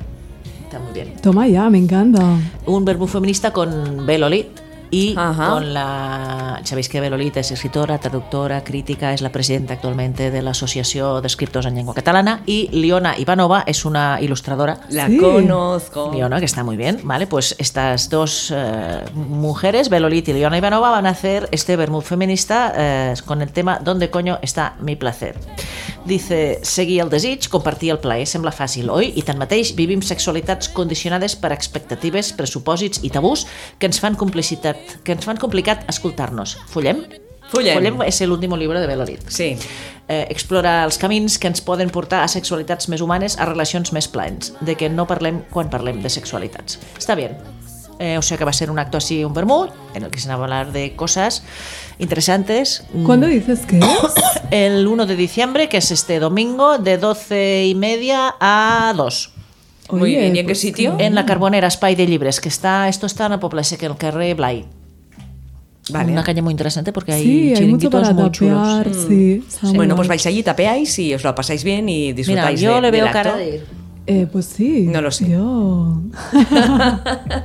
B: Está muy bien.
C: Toma ya, me encanta.
B: un verbo feminista con Belolit y
A: Ajá.
B: con la... Sabéis que Belolit es escritora, traductora, crítica, es la presidenta actualmente de la Asociació d'Escriptors en Llengua Catalana y Liona Ivanova es una ilustradora
A: La
C: Sí.
A: conozco.
B: Liona, que está muy bien, ¿vale? Pues estas dos eh, mujeres, Belolit y Liona Ivanova, van a hacer este vermut feminista eh, con el tema ¿Dónde coño está mi placer? Dice, seguir el desig, compartir el plaer, sembla fàcil, oi? I tanmateix vivim sexualitats condicionades per expectatives, pressupòsits i tabús que ens fan complicitat, que ens fan complicat escoltar-nos. Follem?
A: Follem.
B: Follem és l'últim llibre de Belolit
A: Sí.
B: eh, explora els camins que ens poden portar a sexualitats més humanes, a relacions més plans, de que no parlem quan parlem de sexualitats. Està bé. Eh, o sea que va a ser un acto así, un vermut, en el que se van a hablar de cosas interesantes. Mm,
C: ¿Cuándo dices que es?
B: El 1 de diciembre, que es este domingo, de 12 y media a 2.
A: Muy
C: Oye,
A: bien. ¿Y en qué
C: pues
A: sitio?
B: En la Carbonera, Espai de Libres, que está, esto está en la Pobla Seca, en el carrer Blay.
A: Vale.
B: Una calle muy interesante porque hay
C: Sí, hay mucho
B: chiringuitos
C: para
B: muy chulos.
C: tapear. Sí, está muy
A: Bueno,
C: guay.
A: pues vais allí, tapeáis y os lo pasáis bien y
B: Mira,
A: disfrutáis
B: yo
A: de-
B: le
A: del
B: veo
A: acto.
B: cara de ir.
C: Eh, pues sí.
A: No lo sé.
C: Yo.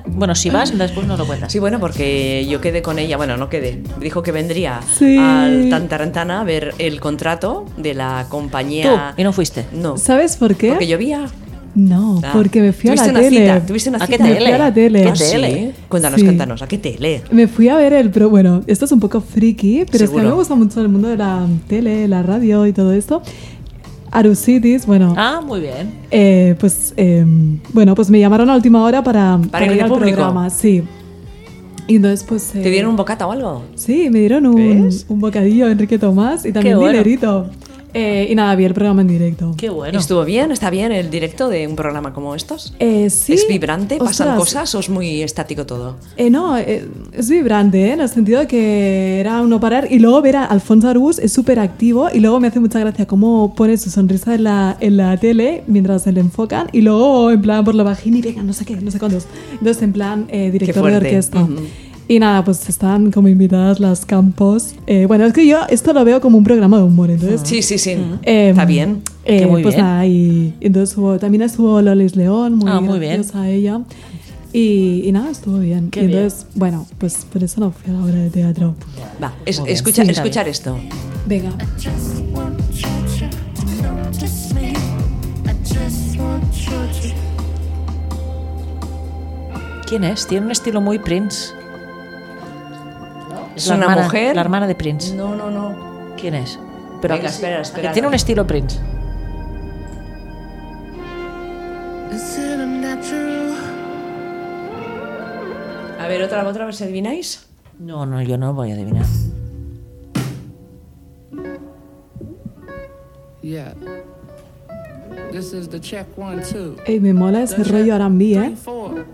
B: Bueno, si vas, después no lo cuentas.
A: Sí, bueno, porque yo quedé con ella, bueno, no quedé. Dijo que vendría
C: Sí.
A: al Tantarantana a ver el contrato de la compañía.
B: Tú, y no fuiste.
A: No,
C: ¿Sabes por qué?
A: porque llovía.
C: No,
A: Ah.
C: porque me fui a la
A: ¿Tuviste una
C: tele.
A: cita? ¿Tuviste una
B: ¿A qué
A: cita?
C: Me
B: tele?
C: fui a la tele.
B: ¿Qué
A: Ah, sí.
B: tele?
A: Cuéntanos,
C: Sí.
A: cuéntanos, ¿a qué tele?
C: Me fui a ver el pro. Bueno, esto es un poco friki, pero es que a mí
A: Seguro.
C: me gusta mucho el mundo de la tele, la radio y todo esto. Arusitis, bueno,
B: Ah, muy bien.
C: eh, pues eh, bueno, pues me llamaron a última hora para, para,
A: ir de
C: al
A: público.
C: programa, sí. Y entonces pues eh,
A: ¿Te dieron un bocata o algo?
C: Sí, me dieron un, un bocadillo a Enrique Tomás y también
B: bueno.
C: dinerito. Eh, y nada, vi el programa en directo.
B: Qué bueno.
A: ¿Estuvo bien? ¿Está bien el directo de un programa como estos?
C: Eh, sí.
A: ¿Es vibrante? ¿Pasan
C: Ostras,
A: cosas o es muy estático todo?
C: Eh, no, eh, es vibrante, ¿eh? en el sentido de que era un no parar. Y luego ver a Alfonso Arbus es súper activo. Y luego me hace mucha gracia cómo pone su sonrisa en la, en la tele mientras se le enfocan. Y luego, en plan, por la vagina y venga, no sé qué, no sé cuántos. Entonces, en plan, eh, director de
A: fuerte.
C: orquesta.
A: Ujú.
C: Y nada, pues están como invitadas las campos. Eh, bueno, es que yo esto lo veo como un programa de humor, entonces.
A: Sí, sí, sí.
C: Eh,
A: Está bien.
C: eh,
B: Que muy
C: pues
B: bien.
C: nada, y y entonces hubo- también estuvo Lolis León, muy,
B: Ah, muy bien.
C: graciosa ella. Y, y nada, estuvo bien.
B: Qué
C: y entonces, bueno, pues por eso no fui a la obra de teatro.
A: Va, es- escucha,
B: Sí, está
A: escuchar esto.
C: Venga.
B: ¿Quién es? Tiene un estilo muy Prince.
A: ¿Es
B: la
A: una
B: hermana-
A: mujer?
B: La hermana de Prince.
A: No, no, no.
B: ¿Quién es?
A: Venga,
B: que-
A: espera, espera.
B: que Tiene un estilo Prince.
A: A ver, otra, otra vez, ¿adivináis?
B: No, no, yo no voy a adivinar.
G: Yeah. This is the check one, two.
C: Ey, eh, me mola ese rollo arambí, ¿eh?
G: Three, four.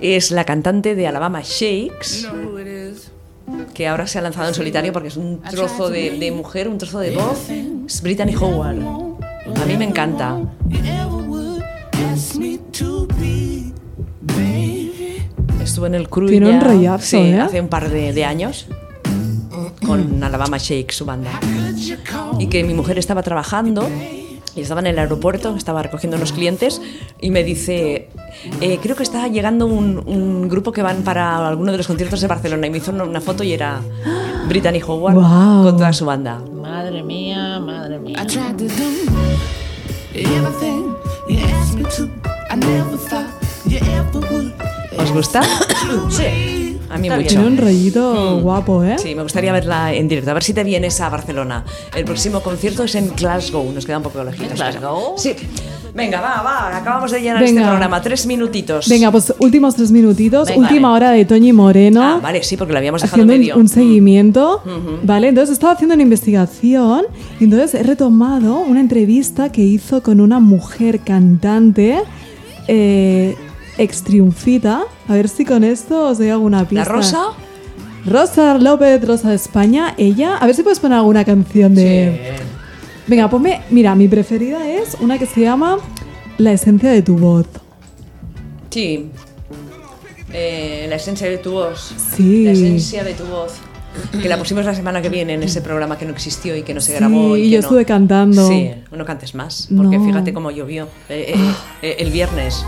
A: Es la cantante de Alabama Shakes,
G: You know who it is.
A: que ahora se ha lanzado en solitario porque es un trozo de, de mujer, un trozo de voz. Es Brittany Howard. A mí me encanta. Estuvo en el Cruya
C: Tiene un rollazo,
A: sí,
C: ¿eh?
A: hace un par de, de años
G: Mm.
A: con Alabama Shake, su banda. Y que mi mujer estaba trabajando y estaba en el aeropuerto, estaba recogiendo unos clientes y me dice, eh, creo que está llegando un, un grupo que van para alguno de los conciertos de Barcelona y me hizo una, una foto y era Brittany Howard
C: Guau.
A: con toda su banda.
B: Madre mía, madre mía.
G: I tried to do everything you asked me to. I never thought you ever would.
A: ¿Os gusta? Sí. A mí mucho.
C: Tiene un rollito
B: Mm.
C: guapo, ¿eh?
A: Sí, me gustaría verla en directo. A ver si te vienes a Barcelona. El próximo concierto es en Glasgow. Nos queda un poco lejitos.
B: ¿En
A: pero-
B: Glasgow?
A: Sí. Venga, va, va. Acabamos de llenar este
C: Venga.
A: programa. Tres minutitos.
C: Venga, pues últimos tres minutitos.
B: Venga,
C: última
B: vale.
C: hora de Toñi Moreno.
A: Ah, vale, sí, porque lo habíamos dejado
C: haciendo un-
A: medio. Mm.
C: un, seguimiento, ¿vale? Entonces estaba haciendo una investigación y entonces he retomado una entrevista que hizo con una mujer cantante eh, ex triunfita. A ver si con esto os doy alguna
A: ¿La
C: pista.
A: rosa?
C: Rosa López, Rosa de España. Ella, a ver si puedes poner alguna canción de... Venga, ponme... Mira, mi preferida es una que se llama La esencia de tu voz.
A: Sí. Eh, la esencia de tu voz.
C: Sí.
A: La esencia de tu voz. Que la pusimos la semana que viene en ese programa que no existió y que no se
C: Sí,
A: grabó.
C: y
A: que
C: yo
A: no-
C: estuve cantando.
A: Sí, no cantes más. Porque
C: No. Ah.
A: fíjate cómo llovió eh, eh, eh, el viernes.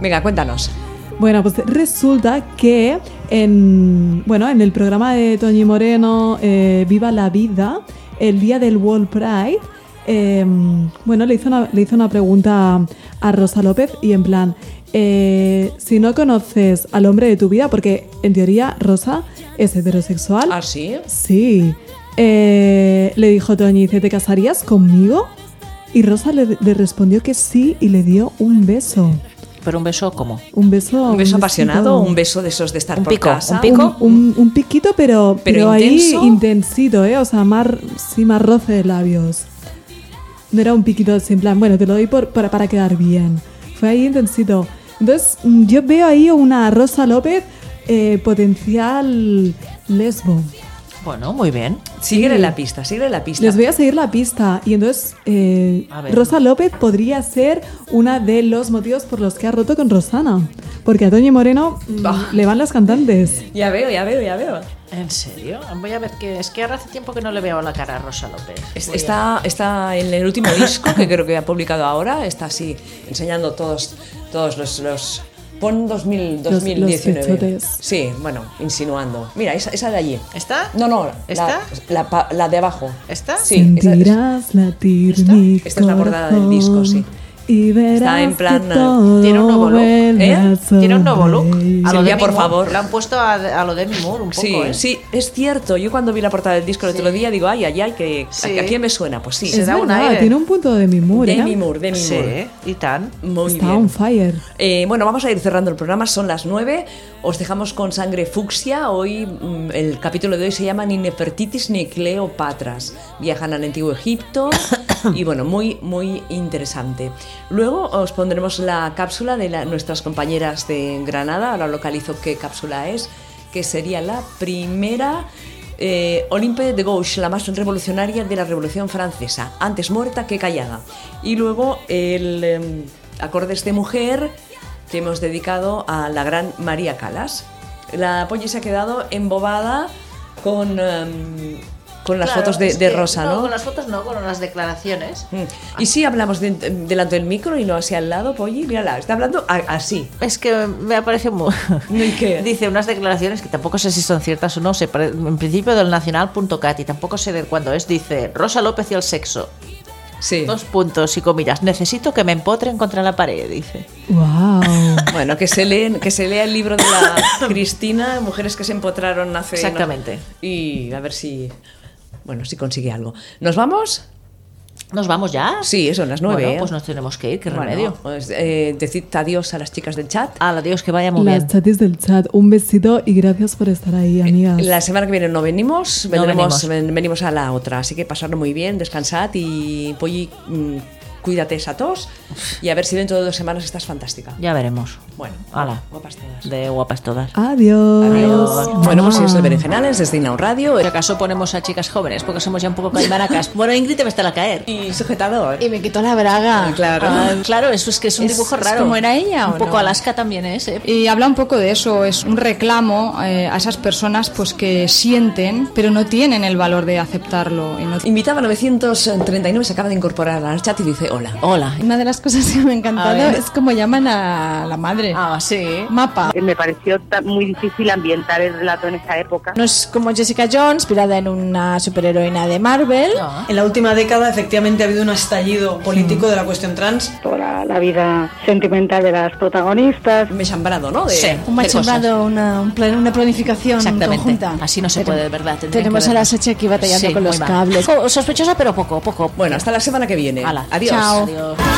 A: Venga, cuéntanos.
C: Bueno, pues resulta que en, bueno, en el programa de Toñi Moreno, eh, Viva la Vida, el día del World Pride, eh, bueno, le hizo, una, le hizo una pregunta a Rosa López y en plan, eh, si no conoces al hombre de tu vida, porque en teoría Rosa es heterosexual,
A: ¿Ah, sí?
C: Sí. Eh, le dijo Toñi, dice, ¿te casarías conmigo? Y Rosa le, le respondió que sí y le dio un beso.
B: Pero un beso, ¿cómo?
C: Un beso.
A: ¿Un beso
C: besito.
A: apasionado o un beso de esos de estar
B: Un
A: por
B: pico,
A: casa?
B: un pico.
C: Un, un- un piquito, pero,
A: Pero intenso.
C: ahí intensito, ¿eh? O sea, más, sí, más roce de labios. No era un piquito así, en plan, bueno, te lo doy por, para, para quedar bien. Fue ahí intensito. Entonces, mm, yo veo ahí una Rosa López eh, potencial lesbo.
B: Bueno, muy bien.
A: Síguele la pista, síguele la pista.
C: Les voy a seguir la pista. Y entonces, eh,
B: A ver.
C: Rosa López podría ser una de los motivos por los que ha roto con Rosana. Porque a Toñi Moreno mm,
A: Bah.
C: le van las cantantes.
A: Ya veo, ya veo, ya veo.
B: ¿En serio? Voy a ver que es que ahora hace tiempo que no le veo la cara a Rosa López.
A: Es-
B: Voy a-
A: Está, está en el último disco que creo que ha publicado ahora, está así enseñando todos, todos los, los- Pon 2000,
C: Los- los
A: 2019.
C: pechotes.
A: sí, bueno, insinuando. Mira, esa, esa de allí.
B: ¿Está?
A: No, no,
B: ¿Está?
A: La, la, pa- la de abajo.
B: ¿Está?
A: Sí, esa-
C: Sentirás latir
A: ¿Esta?
C: mi
A: Esta es la portada del
C: corazón
A: disco, sí.
C: Y verás
A: Está en
C: que
A: plan, eh,
C: todo
B: Tiene un nuevo look.
C: vuelve
A: ¿Eh?
C: a
B: Tiene un nuevo look.
C: sonreír.
B: A lo
A: Silvia,
B: Demi
A: por
B: Moore.
A: favor.
B: Lo han puesto a, a lo Demi Moore un poco.
A: Sí,
B: ¿eh?
A: sí, es cierto. Yo cuando vi la portada del disco el otro día digo, ay, ay, ay, que
B: Sí.
A: ¿a, a quién me suena? Pues sí.
B: Se
C: Es
B: da un
C: verdad,
B: aire.
C: tiene un punto de mi mura.
A: Demi Moore, Demi Moore.
B: Sí, y tan.
A: Muy
C: Está
A: bien.
C: on fire.
A: Eh, bueno, vamos a ir cerrando el programa, son las 9. Os dejamos con sangre fucsia. Hoy mm, el capítulo de hoy se llama Ni Nefertitis ni Cleopatras. Viajan al antiguo Egipto y bueno, muy, muy interesante. Luego os pondremos la cápsula de la- nuestras compañeras de Granada. Ahora localizo qué cápsula es, que sería la primera. Eh, Olympe de Gauche, la más revolucionaria de la Revolución Francesa, antes muerta que callada. Y luego el em, Acordes de Mujer, que hemos dedicado a la gran María Calas. La Polly se ha quedado embobada con, em, con las
B: Claro,
A: fotos de,
B: es
A: de
B: que-
A: Rosa,
B: No,
A: ¿no?
B: con las fotos no, con las declaraciones.
A: Mm. Y sí, hablamos de- em, delante del micro y no hacia el lado, Polly, mírala, está hablando a- así.
B: Es que me aparece muy...
A: ¿Y qué?
B: Dice unas declaraciones que tampoco sé si son ciertas o no. Se pare- En principio del nacional.cat y tampoco sé de cuándo es. Dice Rosa López y el sexo.
A: Sí.
B: Dos puntos y comillas. Necesito que me empotren contra la pared, dice.
C: Wow.
A: Bueno, que se, leen, que se lea el libro de la Cristina, Mujeres que se empotraron hace... no-
B: Exactamente.
A: y a ver si... Bueno, si consigue algo. ¿Nos vamos?
B: ¿Nos vamos ya?
A: Sí, son las nueve.
B: Bueno,
A: ¿eh?
B: pues nos tenemos que ir, qué
A: Bueno,
B: remedio.
A: pues, eh, decid adiós a las chicas del chat.
B: Al adiós, que vaya muy
C: Las
B: bien.
C: chatis del chat, un besito y gracias por estar ahí, amigas.
A: Eh, La semana que viene no venimos, vendremos,
B: venimos.
A: ven- venimos a la otra. Así que pasadlo muy bien, descansad y Polly, mm, cuídate esa tos y a ver si dentro de dos semanas estás fantástica.
B: Ya veremos.
A: Bueno,
B: Hala.
A: guapas todas.
B: De guapas todas.
C: Adiós.
B: Adiós.
A: Bueno, pues es el Berenjenales desde Inau Radio
B: Si acaso ponemos a chicas jóvenes, porque somos ya un poco caimaracas. Bueno, Ingrid te va a estar a caer.
A: y sujetador.
H: Y me quitó la braga.
A: Claro.
B: Ah, claro, eso es que es un
H: Es-
B: dibujo
H: es
B: raro.
H: como era ella,
B: Un
H: ¿o
B: poco
H: no?
B: Alaska también es, ¿eh?
H: Y habla un poco de eso, es un reclamo eh, a esas personas pues que sienten, pero no tienen el valor de aceptarlo. y no-
A: Invitaba 939, se acaba de incorporar al chat y dice hola.
B: Hola.
H: Una de las cosas que me ha
B: A
H: encantado
B: ver.
H: es como llaman a la madre.
B: Ah, sí.
H: Mapa.
I: Eh, Me pareció ta- muy difícil ambientar el relato en esa época.
J: No es como Jessica Jones, inspirada en una superheroína de Marvel.
K: En la última década, efectivamente, ha habido un estallido político de la cuestión trans.
I: Toda la vida sentimental de las protagonistas.
A: Me he chambrado, ¿no? De-
B: Eh. Sí.
J: Un
B: Qué cosas.
J: machembrado, una, un plan- una planificación
B: Exactamente.
J: conjunta.
B: Así no se
J: Pero
B: puede, de verdad. Tendrían
J: Tenemos
B: que
J: a la
B: vernos.
J: Sachi aquí batallando
B: Sí,
J: con los
B: muy mal.
J: cables.
B: Co- Sospechosa, pero poco, poco.
A: Bueno, hasta la semana que viene.
B: Hala.
A: Adiós.
J: Chao.
B: Adiós.